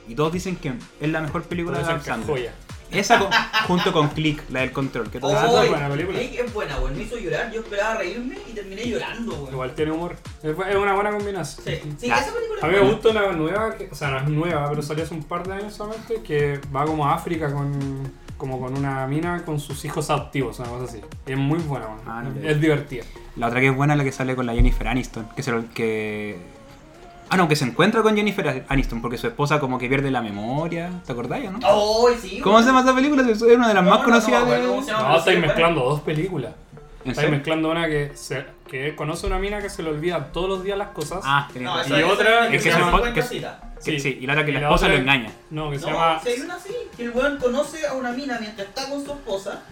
Y todos dicen que es la mejor película de
Puede ser
Adam
que es
Sandler.
joya.
Esa con- junto con Click, la del control, que
Oh,
todos
esa es
oye,
buena película.
Click es buena, weón. Me hizo llorar. Yo esperaba reírme y terminé llorando, weón.
Igual tiene humor. Es, bu- es una buena combinación.
Sí, sí,
Ya.
esa película.
A mí me gusta una nueva, que- o sea, no es nueva, pero salió hace un par de años solamente, que va como a África con, como con una mina con sus hijos adoptivos, una cosa así. Es muy buena, bueno.
Ah, no.
es divertida.
La otra que es buena es la que sale con la Jennifer Aniston, que se lo- que Ah, no, que se encuentra con Jennifer Aniston porque su esposa como que pierde la memoria, ¿te acordáis o no?
Oh, sí.
¿Cómo
weón.
se llama esa película? Es una de las
No,
más
no,
conocidas
no,
de...
bueno, ¿cómo se llama?
No,
pero
estáis
sí, bueno.
mezclando dos películas.
¿En
Estáis
serio?
mezclando una que, se- que conoce una mina que se le olvida todos los días las cosas.
Ah, tenía
No,
razón.
esa-
Y
esa
otra
es
es que
se
se
llama
fue-
Buen
que-
Casita.
que sí, y la otra que la
Y
esposa
otra-
lo engaña.
No, que se
No,
llama...
sí, hay una así, que el weón conoce a una mina mientras está con su esposa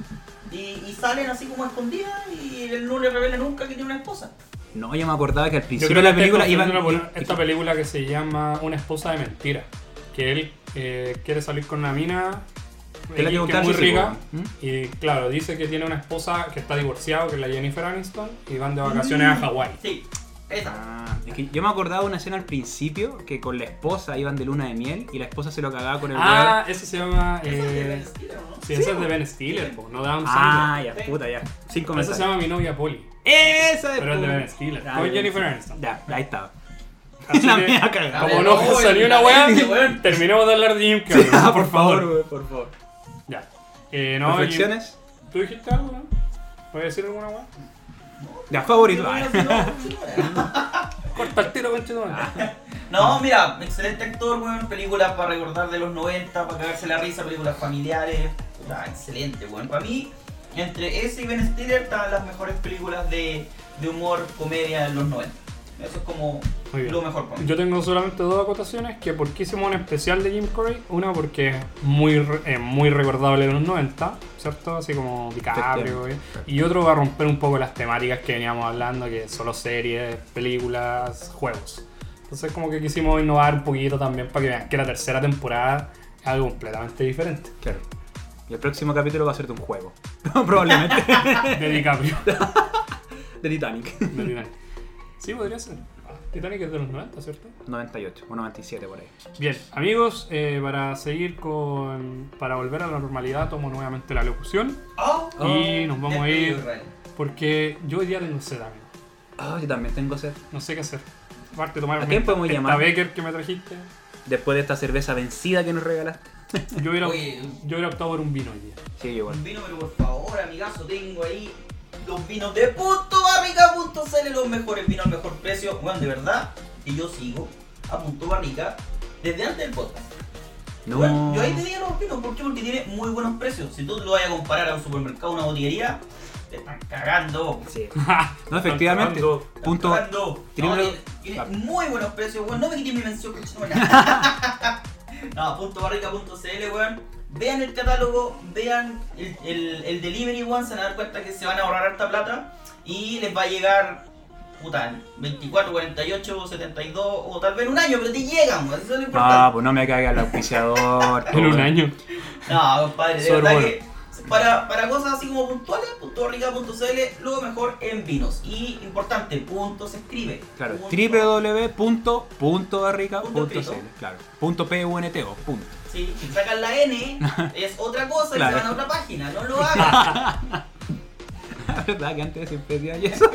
y, y salen así como escondidas y él no le revela nunca que tiene una esposa.
No, yo me acordaba que al
Yo
principio de
creo que
la
estáis
película iba...
confundiendo una- esta película que se llama Una esposa de mentira, que él eh, quiere salir con una mina
Que la
eh,
lleva
que
un
es muy
taxi,
rica
¿Mm?
y claro, dice que tiene una esposa que está divorciada, que es la Jennifer Aniston, y
Ah.
van de vacaciones a Hawái.
Sí, esa.
Ah, es que yo me acordaba de una escena al principio que con la esposa iban de luna de miel y la esposa se lo cagaba con el
Ah, eso se llama...
Esa es de
Eh,
Ben Stiller, ¿no?
sí, esa es de Ben Stiller, po, no de Adam
brother.
Sandler.
Ah, ya,
Sí.
puta, ya. Sin
Esa se
comenzar.
llama Mi novia Polly.
Esa es
Pero es de Ben
puta.
Stiller,
Ah,
con
ya,
Jennifer
ya.
Aniston.
Ya, ahí estaba.
Así
la
que,
mía cagada.
A
Como
ver,
no
no,
salió
el-
una weá,
el- weón.
terminemos de hablar de Jim Carrey, por favor.
ah, por favor.
Ya. Eh, no, Jim-
¿Reflexiones?
¿Tú dijiste algo, no? ¿Voy a decir alguna weá?
Ya, favorito. Ah,
Sí, no, sí, no.
Corta el tiro, conchetumare.
No, mira, excelente actor, weón. Películas para recordar de los 90, para cagarse la risa, películas familiares. Puta, excelente, weón. Para mí, entre ese y Ben Stiller están las mejores películas de, de humor, comedia de los 90. Eso es como
Muy bien.
lo mejor para mí.
Yo tengo solamente dos acotaciones, que por qué hicimos un especial de Jim Carrey. Una porque es muy, re- eh, muy recordable de los 90, ¿cierto? Así como DiCaprio. ¿eh? Y otro va a romper un poco las temáticas que veníamos hablando, que solo series, películas, juegos. Entonces como que quisimos innovar un poquito también para que vean que la tercera temporada es algo completamente diferente.
claro. Y el próximo capítulo va a ser de un juego. Probablemente.
De DiCaprio.
De Titanic.
De Titanic. Sí, podría ser. Titanic es de los 90, ¿cierto?
98 o 97 por ahí.
Bien, amigos, eh, para seguir con. para volver a la normalidad, tomo nuevamente la locución.
Oh,
Y nos vamos a
despedido,
ir.
Israel.
Porque yo hoy día tengo sed, amigo.
Ah, yo también tengo sed.
No sé qué hacer. Aparte de tomar
¿A quién podemos
esta
llamar?
Becker que me trajiste.
Después de esta cerveza vencida que nos regalaste.
Yo hubiera,
Oye.
yo hubiera optado por un vino hoy día.
Sí, igual.
Un vino, pero por favor, amigazo, tengo ahí los vinos de punto barrica.cl, los mejores vinos al mejor precio. Bueno, de verdad, que yo sigo a punto barrica desde antes del podcast.
No.
Bueno, yo ahí te digo los vinos, ¿por qué? Porque tiene muy buenos precios. Si tú lo vas a comparar a un supermercado, a una botillería, te están cagando.
Sí. No, efectivamente.
Están cagando.
te están
Punto.
cagando.
tiene
No,
una-
tiene- tiene
Ah.
muy buenos precios, weón. No me quites mi mención, conchetumare. No, punto barrica.cl, weón. Vean el catálogo, vean el, el- el delivery, weón. Se van a dar cuenta que se van a ahorrar harta plata y les va a llegar, puta, en 24, 48, 72 o tal vez en un año, pero te llegan, weón. Eso es lo
Ah,
importante.
pues no me caiga el auspiciador.
En un
pobre.
año.
No, compadre, de
Sobre
verdad
bueno.
que para, para cosas así como puntuales, puntobarrica.cl, lo mejor en vinos. Y importante, punto se escribe.
Claro,
Punto.
www.puntobarrica.cl. Claro, punto p u n t o punto.
Sí, si sacan la N es otra cosa y
Claro.
se van a otra página, no lo hagan.
La verdad que antes siempre decía eso.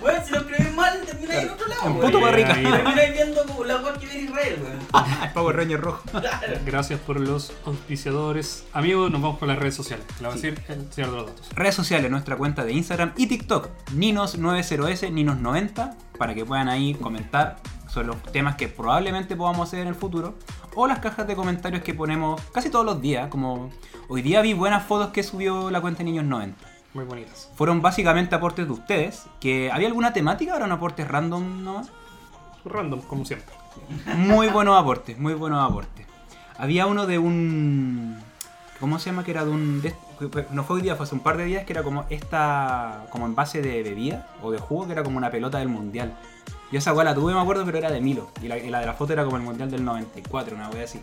bueno, si lo escribís mal, termináis en otro lado,
En
weón.
punto
Bien,
barrica.
amigo.
Termináis viendo como la cosa que viene Israel, weón.
El Power Ranger rojo.
Claro.
Gracias por los auspiciadores. Amigos, nos vamos con las redes sociales. Te lo va a
Sí.
decir el señor de los datos.
Redes sociales, nuestra cuenta de Instagram y TikTok, Ninos90S, Ninos90, para que puedan ahí comentar sobre los temas que probablemente podamos hacer en el futuro. O las cajas de comentarios que ponemos casi todos los días, como hoy día vi buenas fotos que subió la cuenta Niños90.
Muy bonitas.
Fueron básicamente aportes de ustedes, que había alguna temática, eran aportes random nomás.
Random, como siempre.
Muy buenos aportes, muy buenos aportes. Había uno de un. ¿Cómo se llama? Que era de un. de- no fue hoy día, fue hace un par de días que era como esta. como envase de bebida o de jugo, que era como una pelota del mundial. Yo esa weá la tuve, me acuerdo, pero era de Milo. Y la, y la de la foto era como el mundial del 94, una weá así.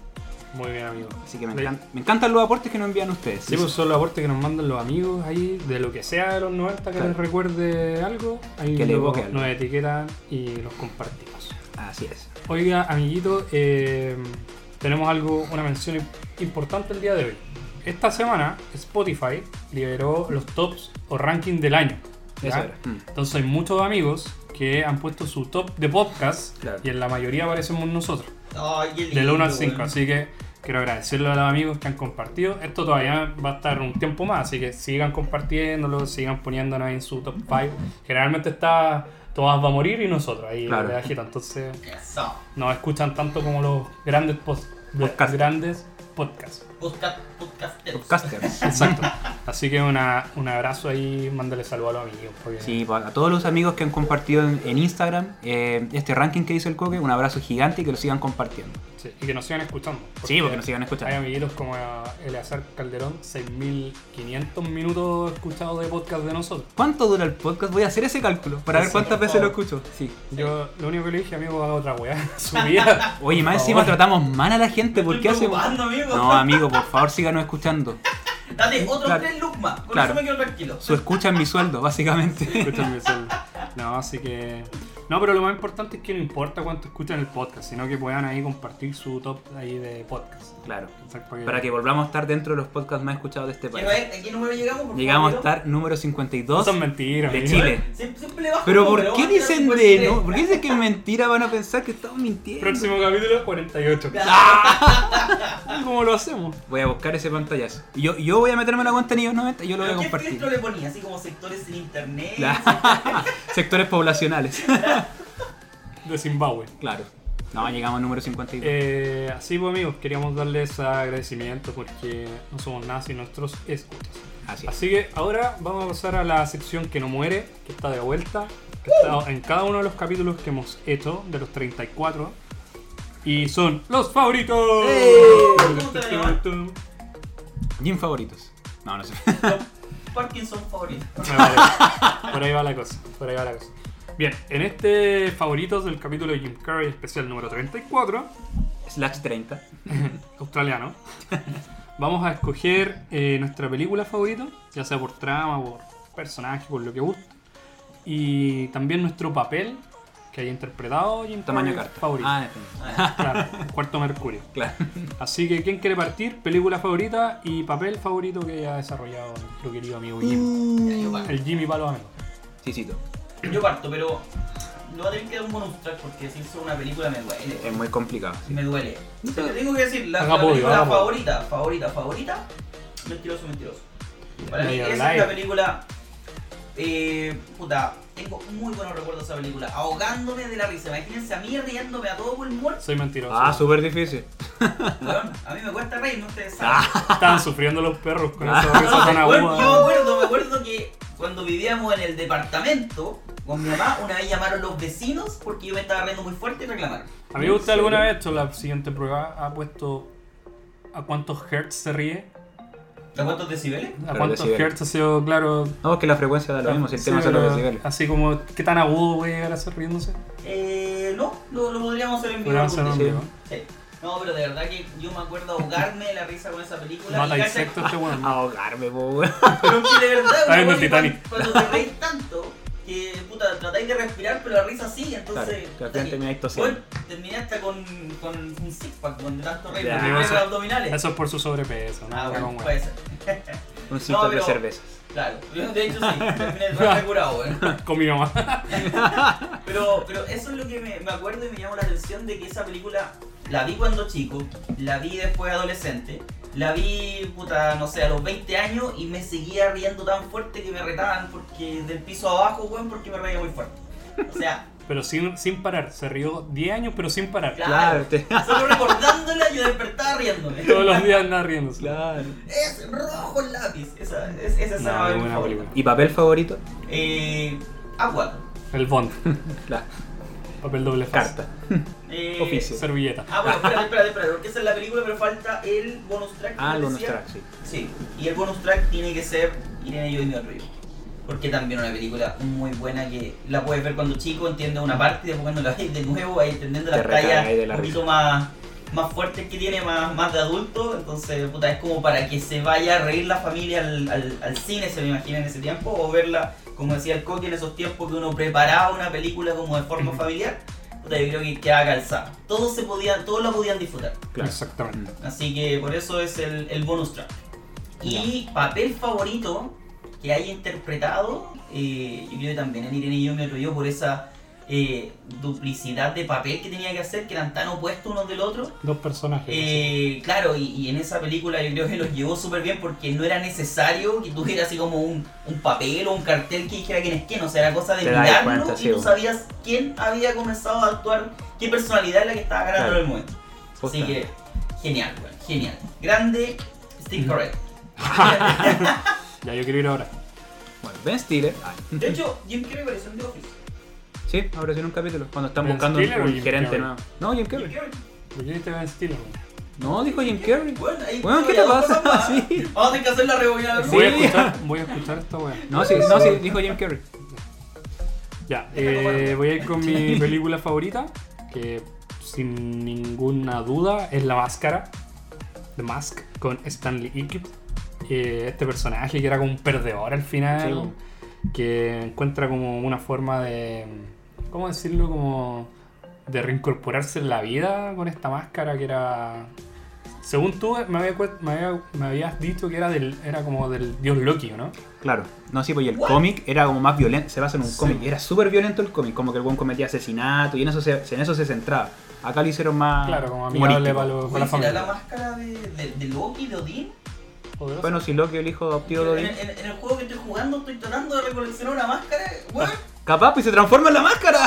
Muy bien, amigos.
Así que me,
Le-
encan- me encantan los aportes que nos envían ustedes.
Sí, pues son los aportes que nos mandan los amigos ahí, de lo que sea de los 90 que
Claro.
les recuerde algo, ahí
Que le
lo-
evoque algo.
nos etiquetan y los compartimos.
Así es.
Oiga, amiguito, eh, tenemos algo, una mención importante el día de hoy. esta semana Spotify liberó los tops o rankings del año. ¿ya?
Eso era. Mm.
Entonces hay muchos amigos que han puesto su top de podcast
Claro.
y en la mayoría aparecemos nosotros,
Ay, qué lindo,
del 1 al 5.
weón.
Así que quiero agradecerle a los amigos que han compartido. Esto todavía va a estar un tiempo más, así que sigan compartiéndolo, sigan poniéndonos ahí en su top 5. Generalmente está Tomás va a morir y nosotros ahí
Claro.
de agita. Entonces
Eso.
nos escuchan tanto como los grandes, pos-
Podcast.
grandes podcasts.
Podcast, podcasteros.
Podcasters.
Exacto. Así que una- un abrazo ahí, mándale saludos a los amigos. porque-
Sí, pa- a todos los amigos que han compartido en, en Instagram eh, este ranking que hizo el Coque, un abrazo gigante y que lo sigan compartiendo.
Sí, Y que nos sigan escuchando.
Sí, porque nos sigan escuchando.
Hay amiguitos como eh, Eleazar Calderón, 6.500 minutos escuchados de podcast de nosotros.
¿Cuánto dura el podcast? Voy a hacer ese cálculo para ver
Sí,
cuántas
por
veces lo
favor.
escucho. Sí.
Yo lo único que le dije, amigo, haga otra weá. Subía.
Oye, más encima tratamos mal a la gente. ¿Por
Estoy
qué hacemos?
preocupando, amigo.
No, amigo, por favor, síganos escuchando.
Date otros
Claro.
tres looks más. Con
Claro.
eso me quedo tranquilo.
Su escucha es mi sueldo, básicamente.
Escuchan mi celular. No, así que. No, pero lo más importante es que no importa cuánto escuchan el podcast, sino que puedan ahí compartir su top ahí de podcast.
Claro.
Exacto, para que-
Para que volvamos a estar dentro de los podcasts más escuchados de este país.
Quiero ver a qué número llegamos. por
Llegamos a
favor,
estar número 52
Eso es mentira,
de
amigo.
Chile.
¿no? Sie- siempre le bajo
Pero
el
¿por
número,
qué
vamos a tirar
dicen de
53.
no? ¿Por qué dicen que es mentira? Van a pensar que estamos mintiendo.
Próximo capítulo 48.
Ah,
¿Cómo lo hacemos?
Voy a buscar ese pantallazo. Y Yo, yo voy a meterme en la cuenta de Niños 90 y yo lo voy a
¿Pero ¿Qué filtro
compartir.
le ponía? Así como sectores en internet.
Claro. Sectores poblacionales.
De Zimbabue.
Claro. No, llegamos al número 52.
Eh, así pues amigos, queríamos darles agradecimiento porque no somos nada sin nuestros escuchas.
Así es.
Así que ahora vamos a pasar a la sección que no muere, que está de vuelta, que ha estado en cada uno de los capítulos que hemos hecho, de los 34. Y son los favoritos.
¡Eh!
Jim favoritos. No, no sé.
Parkinson favorito.
Me parece. Ah, Por ahí va la cosa, por ahí va la cosa. Bien, en este favoritos del capítulo de Jim Carrey especial número 34,
Slash 30.
australiano. Vamos a escoger eh, nuestra película favorita, ya sea por trama, por personaje, por lo que guste. Y también nuestro papel que haya interpretado y
Tamaño carta.
favorito.
Ah, depende.
Claro, cuarto Mercurio.
claro.
Así que, ¿quién quiere partir? Película favorita y papel favorito que haya desarrollado nuestro querido amigo Jimmy.
Mm.
El Jimmy Palo Amigo.
Chisito.
Yo parto, pero no va a tener que dar un bonus track porque si hizo una película me duele.
Es muy complicado. sí.
Me duele. Te tengo que decir, la,
Haga
la
podio,
película
haga podio.
favorita, favorita, favorita, mentiroso, mentiroso. Para mí
Medio
esa es
live.
la película. Eh, puta, tengo muy buenos recuerdos de esa película. Ahogándome de la risa. Imagínense a mí riéndome a todo pulmón.
Soy mentiroso.
Ah, súper difícil.
Weón, a mí me cuesta reírme, ustedes saben.
Estaban sufriendo los perros con
Ah.
esa risa tan
Bueno, yo me
aguda.
acuerdo, me acuerdo que cuando vivíamos en el departamento con mi mamá, una vez llamaron los vecinos porque yo me estaba riendo muy fuerte y reclamaron.
Amigo, ¿usted alguna vez, hecho la siguiente prueba, ha puesto a cuántos hertz se ríe?
¿A cuántos decibeles?
¿A
Pero
cuántos
decibeles.
hertz ha sido, claro?
No, es que la frecuencia da lo mismo, si el
sí,
tema son los
pero
decibeles.
Así como, ¿qué tan agudo puede llegar a ser riéndose?
Eh, no, lo, lo podríamos hacer en vivo.
Podríamos
algún
hacer
día.
un video.
Sí. No, pero de verdad que yo me acuerdo ahogarme de la Ah, risa con esa película.
Mata
y cacha-
insectos este weón.
Ahogarme, po, weón.
Pero que de verdad,
Está
weón,
viendo el Titanic.
cuando te reís tanto, que puta, tratáis de respirar, pero la risa sigue,
Claro,
entonces.
que al final termináis
Bueno,
tosiendo.
terminé hasta con, con un six pack, con tanto reír,
Ya,
porque
no,
me
eso-
los abdominales.
Eso es por su sobrepeso, ¿no?
ah,
Está
bueno,
con
puede
weón.
ser.
Un cinto de
pero-
cervezas.
Claro, yo de hecho sí, terminé re curado, weón.
Con mi mamá.
Pero, pero eso es lo que me, me acuerdo y me llamó la atención de que esa película la vi cuando chico, la vi después adolescente, la vi, puta, no sé, a los 20 años y me seguía riendo tan fuerte que me retaban porque del piso abajo, weón, porque me reía muy fuerte. O sea,
Pero sin, sin parar. Se rió 10 años, pero sin parar.
Claro,
claro,
te-
solo recordándola yo despertaba riéndome.
Todos los días anda riéndose.
Claro.
Es rojo el lápiz, esa, es, esa escena
No, qué
es mi
buena
favorita.
película.
¿Y papel favorito?
Eh, agua,
El bond.
La
Papel doble faz.
carta.
eh,
Oficio.
Servilleta.
Ah, bueno, espérate, espérate, espérate, porque esa es la película, pero falta el bonus track. que
Ah,
les
lo
decía.
nuestra, sí.
Sí, y el bonus track tiene que ser Irene yo y mi otro yo. Porque también una película muy buena que la puedes ver cuando chico, entiendes una parte y después cuando la ves de nuevo vas entendiendo las
Te recae
tallas
de
un
la
poquito más, más fuertes que tiene, más, más de adulto. Entonces, puta, es como para que se vaya a reír la familia al, al- al cine, se me imagina en ese tiempo, o verla, como decía el Coque, en esos tiempos que uno preparaba una película como de forma
Ujú.
familiar. Puta, yo creo que quedaba calzada. Todos, se podían, todos la podían disfrutar.
Claro.
Exactamente.
Así que por eso es el, el bonus track. Y papel favorito que haya interpretado, eh, yo creo que también el Irene y yo me atrevió por esa eh, duplicidad de papel que tenía que hacer, que eran tan opuestos unos del otro.
Mm.
Dos personajes.
Eh, claro, y, y en esa película yo creo que los llevó súper bien porque no era necesario que tuviera así como un, un papel o un cartel que dijera quién es quién, o sea, era cosa de
Te das
mirarlo
cuenta,
y
sí,
tú
bo.
sabías quién había comenzado a actuar, qué personalidad es la que estaba ganando
Claro.
en el momento. Así
Justamente.
que, genial, weón, genial. Grande, Steve Correct.
así. Ya yo quiero ir ahora.
Bueno, Ben Stiller. ah,
De hecho, Jim Carrey apareció en The Office.
sí, ahora sí en un capítulo. Cuando están
¿Ben
buscando un-
Stiller o
un
Jim
gerente
Carrey?
nuevo. No, Jim
Jim
Carrey.
Carrey.
¿Por qué te va a este decir algo?
No, dijo Jim Carrey.
Bueno, ahí
Bueno, ¿qué te
todavía
pasa?
vamos a-
Sí.
Vamos a tener Ah, que hacer la rebobinada.
Sí.
Voy a escuchar, voy a escuchar esta weá.
No, sí, no, sí, dijo Jim Carrey.
Ya, eh, voy a ir con mi película favorita, que sin ninguna duda es La Máscara, The Mask, con Stanley Icke. Eh, este personaje que era como un perdedor al
Sí,
final,
bueno.
que encuentra como una forma de, ¿cómo decirlo? Como de reincorporarse en la vida con esta máscara que era... Según tú, me, había cuest- me había- me habías dicho que era, del, era como del dios Loki, ¿o ¿no?
Claro, no, sí, porque el
What?
cómic era como más violento, se basa en un
Sí.
cómic, era súper violento el cómic, como que el buen cometía asesinato y en eso se, en eso se centraba. Acá lo hicieron más
Claro, Ah, como amigable
humorístico.
para, lo- para
Oye,
la
¿será
familia.
la máscara de, de, de Loki, de Odín?
Poderoso.
Bueno, si Loki, el hijo adoptivo de
En,
Odín.
en- en el juego que estoy jugando estoy tratando de recoleccionar una máscara. Bueno, pues,
Capaz, pues se transforma en la máscara.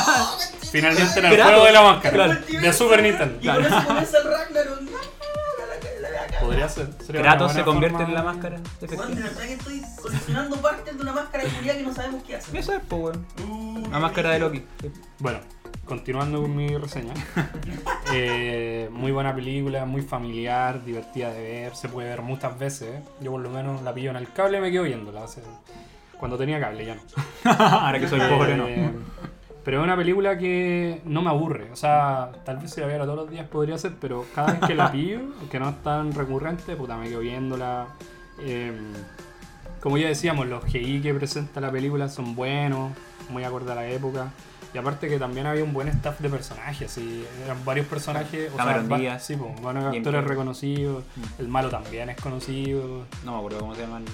Finalmente en el
Grato.
juego de la máscara.
Claro.
De Super Nintendo.
y con eso comienza el Ragnarok. No, la- la- la- la-
Podría ser. sería una
Kratos
buena
se convierte
forma-
en la máscara. de este
Bueno, de
Festín.
verdad que estoy coleccionando partes de una máscara de curia que no sabemos qué hace.
Eso es, pues, weón.
Uh,
La máscara de Loki. sí.
Bueno, continuando con mi reseña. Eh, muy buena película, muy familiar, divertida de ver. Se puede ver muchas veces. Yo por lo menos la pillo en el cable y me quedo viéndola. o sea, cuando tenía cable, ya no.
Ahora que soy pobre, no.
Eh, Pero es una película que no me aburre. O sea, tal vez si la viera todos los días podría ser, pero cada vez que la pillo, que no es tan recurrente, puta, me quedo viéndola. Eh, como ya decíamos, los GI que presenta la película son buenos, muy acorde a la época. Y aparte que también había un buen staff de personajes, y eran varios personajes, o
Cameron
va-
Díaz.
sí, pues, varios
Jim
actores
Carrey.
reconocidos,
Mm.
el malo también es conocido,
No me acuerdo cómo se llama el,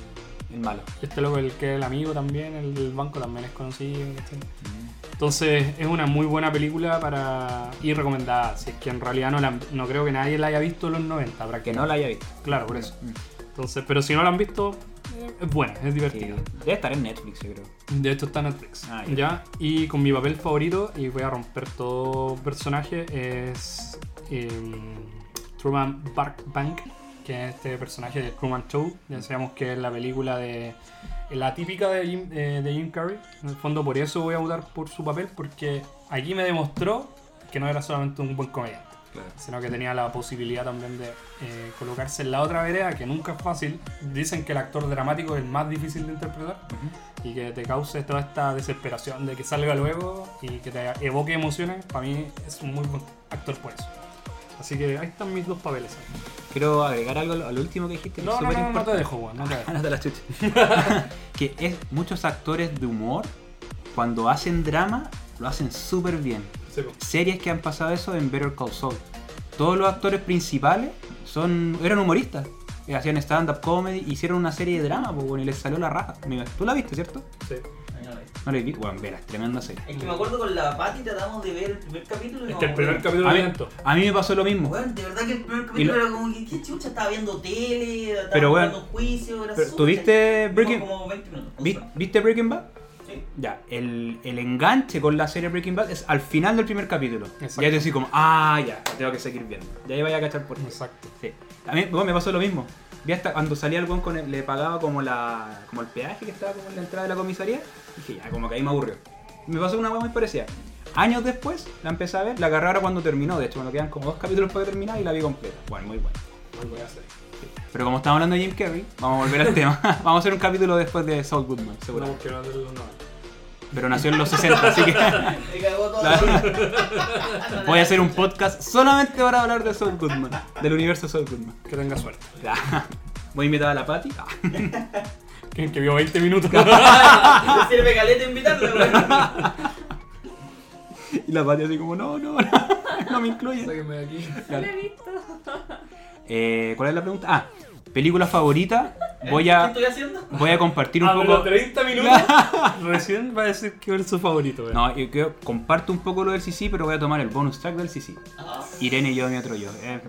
el malo.
este loco, el que es el amigo también, el del banco también es conocido. ¿cachai? Mm. Entonces es una muy buena película para ir recomendada. Si es que en realidad no, la- no creo que nadie la haya visto en los 90. Para
Que no la haya visto.
Claro, por eso.
Mm.
Entonces, pero si no la han visto, eh, es buena, es
Que
divertida.
debe estar en Netflix, yo creo.
De hecho está en Netflix.
Ah, ya.
ya. Y con mi papel favorito, y voy a romper todo personaje, es em, Truman Bank, que es este personaje de Truman Show. Ya sabemos que es la película de... La típica de Jim, eh, de Jim Carrey. En el fondo por eso voy a votar por su papel, porque aquí me demostró que no era solamente un buen comediante
Claro.
sino que tenía la posibilidad también de eh, colocarse en la otra vereda, que nunca es fácil. Dicen que el actor dramático es el más difícil de interpretar y que te cause toda esta desesperación de que salga luego y que te evoque emociones. Para mí es un muy buen actor por eso. Así que ahí están mis dos papeles.
Quiero agregar algo al- al último que dijiste. que
No,
es
no, no, no, no
superimportante.
te dejo, Juan, Ah, no te dejo.
Ganas de la chucha. que es muchos actores de humor, cuando hacen drama, lo hacen súper bien.
pues,
Series que han pasado eso en Better Call Saul. Todos los actores principales son, eran humoristas. Eh, Hacían stand-up comedy, hicieron una serie de drama, pues, bueno, y les salió la raja. Amigo, Tú la viste, ¿cierto? No la vi. Bueno, verás, tremenda serie.
Es que me acuerdo con la Patti tratamos de ver el primer capítulo. y
Es
no
que el primer
aburrimos.
capítulo
A
de
mí, a mí me pasó lo mismo.
Weón, de verdad que el primer
Y lo-
capítulo era como que qué chucha, estaba viendo tele, estaba
Pero, weón,
viendo juicio, era
Pero,
súper-
¿Tú viste
Como-
Breaking,
Como 20 minutos. o
vi-
sea,
¿viste Breaking Bad?
sí.
Ya, el, el enganche con la serie Breaking Bad es al final del primer capítulo.
Exacto.
Ya te decís como, ah, ya, tengo que seguir viendo. Ya ahí vaya a cachar por qué.
Exacto.
Sí. A mí bueno, me pasó lo mismo. Vi hasta cuando salía el weón con el- le pagaba como la como el peaje que estaba como en la entrada de la comisaría. Dije, ya, como que ahí me aburrió. Me pasó una weá muy parecida. Años después la empecé a ver, la agarré ahora cuando terminó. De hecho, me quedan como dos capítulos para terminar y la vi completa. Bueno, muy bueno.
Lo voy a hacer.
Pero como estamos hablando de Jim Carrey, vamos a volver al tema. vamos a hacer un capítulo después de Saul Goodman,
No,
seguro.
porque no te lo- no.
Pero nació en los 60, así que
Me cagó todo.
voy a hacer un podcast solamente para hablar de Saul Goodman, del universo Saul Goodman.
Que tenga suerte.
Ya. Voy a invitar a la Patty. Ah.
Que, que vio 20 minutos.
Me sirve caleta invitarlo, weón.
Y la patria así como, no, no, no, no me incluyen.
Sáquenme de aquí.
No lo he visto.
Eh, ¿Cuál es la pregunta? Ah, película favorita. Voy
¿Qué
a,
estoy haciendo?
voy a compartir un
Hablo
poco.
30 Ah, minutos. Recién va a decir que es su favorito. weón.
No, yo creo- comparto un poco lo del CC, pero voy a tomar el bonus track del CC.
Ah,
Irene y yo, mi otro yo. Eh,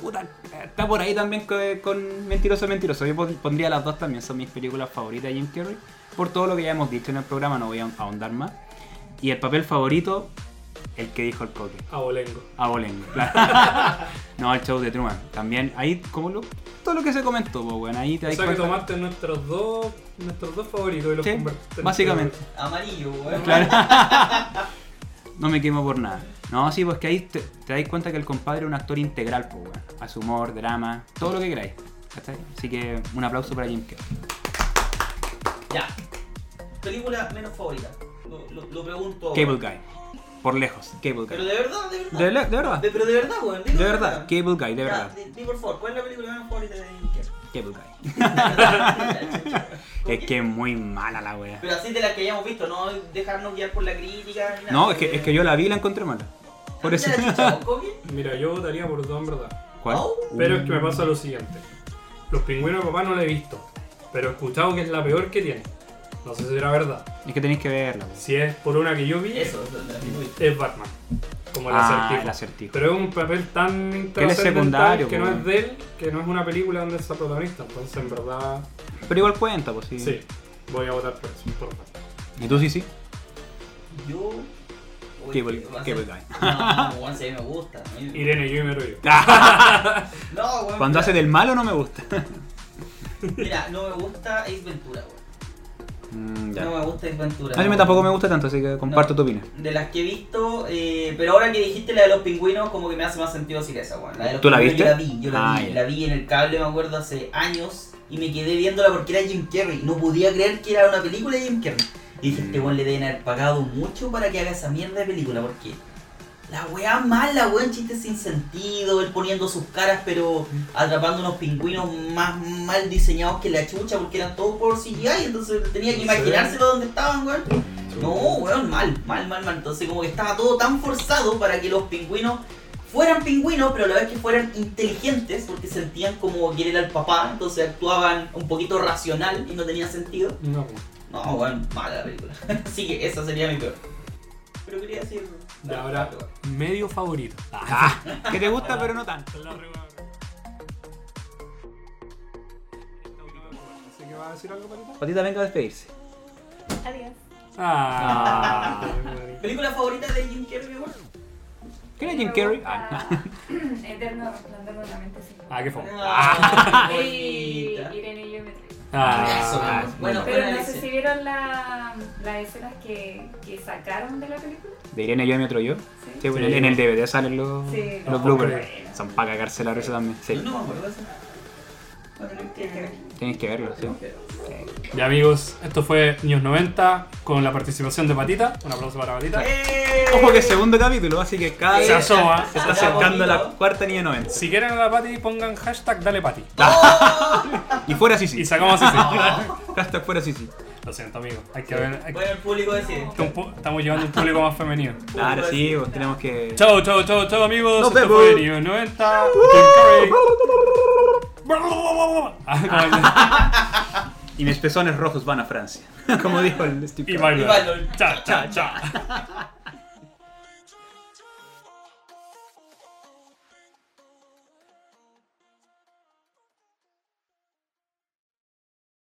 puta, eh, está por ahí también co- con, Mentiroso, Mentiroso. Yo pon- pondría las dos también, son mis películas favoritas de Jim Carrey. Por todo lo que ya hemos dicho en el programa, no voy a ahondar más. Y el papel favorito, el que dijo el coque.
Abolengo.
Abolengo, claro. no, el show de Truman. También, ahí, como lo, todo lo que se comentó, pues, bueno, ahí te
O
das
sea que
cuenta.
tomaste nuestros dos, nuestros dos favoritos y los
Sí,
convertiste en-
básicamente.
amarillo, weón.
Claro. no me quemo por nada. No, sí, pues que ahí te, te dais cuenta que el compadre es un actor integral, pues, weón. A su humor, drama, todo lo que queráis. ¿cachai? Así que un aplauso para Jim Carrey.
Ya. Película menos favorita. Lo, lo- lo pregunto. ahora.
Cable Guy. Por lejos, Cable
Pero
Guy.
de verdad, de verdad.
Oh. De, le- de verdad,
De- pero de verdad, weón.
de verdad, Cable Guy, de
Ya,
verdad,
di- di por favor, ¿cuál es la película menos favorita de Nick
Cable Guy.
Cage?
Es que es muy mala la wea.
Pero así de las que hayamos visto, no dejarnos guiar por la crítica. ni nada.
No, es que, es que yo la vi y la encontré mala. Por eso.
Mira, chucha, ¿con quién?
Mira, yo votaría por dos en verdad.
¿Cuál? Uh.
Pero es que me pasa lo siguiente. Los pingüinos de papá no la he visto. Pero he escuchado que es la peor que tiene. No sé si era verdad.
Es que tenéis que verla. wea.
Si es por una que yo vi,
Eso, eso, la película.
es Batman. Como el
Ah,
acertijo.
el acertijo.
Pero es un papel tan
él es secundario,
intrascendental que no
pues.
es de él, que no es una película donde es protagonista. Entonces, en verdad,
Pero igual cuenta, pues sí.
sí, voy a votar por eso. Por Batman.
¿Y tú sí, sí?
Yo. Uy,
Cable-
va a
Cable
ser-
Guy.
No, weón, si a mí me gusta. a mí-
Irene, yo y me rollo.
No, weón.
Cuando
mira,
hace del malo no me gusta.
Mira, no me gusta Ace Ventura, weón.
Mm, ya.
No me gusta Ace Ventura.
A mí
no.
me tampoco me gusta tanto, así que comparto
No.
tu opinión.
De las que he visto, eh, pero ahora que dijiste la de los pingüinos, como que me hace más sentido decir esa, weón. de los
¿Tú la
pingüinos
viste?
Yo la vi, yo la
Ah,
vi,
ya.
la vi en el cable, me acuerdo, hace años, y me quedé viéndola porque era Jim Carrey. No podía creer que era una película de Jim Carrey. Y dije,
Mm.
este weón le deben haber pagado mucho para que haga esa mierda de película, porque la weá mala, weón, chistes sin sentido, él poniendo sus caras, pero
Mm.
atrapando unos pingüinos más mal diseñados que la chucha, porque eran todos por CGI, entonces tenía que
No sé.
imaginárselo dónde estaban, weón. No, weón, mal, mal, mal, mal. Entonces como que estaba todo tan forzado para que los pingüinos fueran pingüinos, pero a la vez que fueran inteligentes, porque sentían como que él era el papá, entonces actuaban un poquito racional y no tenía sentido.
No,
No, weón, mala la película. Así que esa sería mi peor. Pero quería decir...
de ahora, medio favorito.
Que te gusta, pero no tanto.
Así que va a decir algo, Palito.
Patita venga a despedirse.
Adiós.
Ah,
¿Película favorita de Jim Carrey, weón?
¿Quién es Jim Carrey? Ah,
Ah, Eterno resplandor de una mente sin
ah, qué fome.
Ah,
Y
bonita.
Irene y yo me traigo.
Eso,
Ah,
weón. bueno,
Pero
buena
no sé
ese.
si vieron la, las escenas que, que sacaron de la película.
no. De Irene yo y mi otro yo.
Sí.
Sí, bueno,
Sí.
En el DVD salen los,
Sí.
los bloopers. Son para cagarse la risa también. Sí,
No, no me acuerdo de esa. Bueno, no tiene que ver.
tienes que verlo, sí.
Y amigos, esto fue News 90 con la participación de Patita. Un aplauso para Patita.
¡Eh!
Ojo que es segundo capítulo, así que cada
Se
vez
asoma.
se está acercando la cuarta niña 90.
Si quieren a la Pati, pongan hashtag dale Pati.
Y fuera sí
Y
sí.
sacamos así.
Hashtag fuera sí sí.
Lo siento, amigo. Hay que ver. hay que-
Bueno, el público decide.
un pu- Estamos llevando un público más femenino.
Claro, sí, pues tenemos que. Uh.
Chau, chau, chau, chau, amigos.
Nos
Esto
vemos.
fue News 90. Jim Carrey.
Y mis pezones rojos van a Francia. Como dijo el Steve
Y
Carell.
Y
bailo.
bailo.
Cha, cha, cha.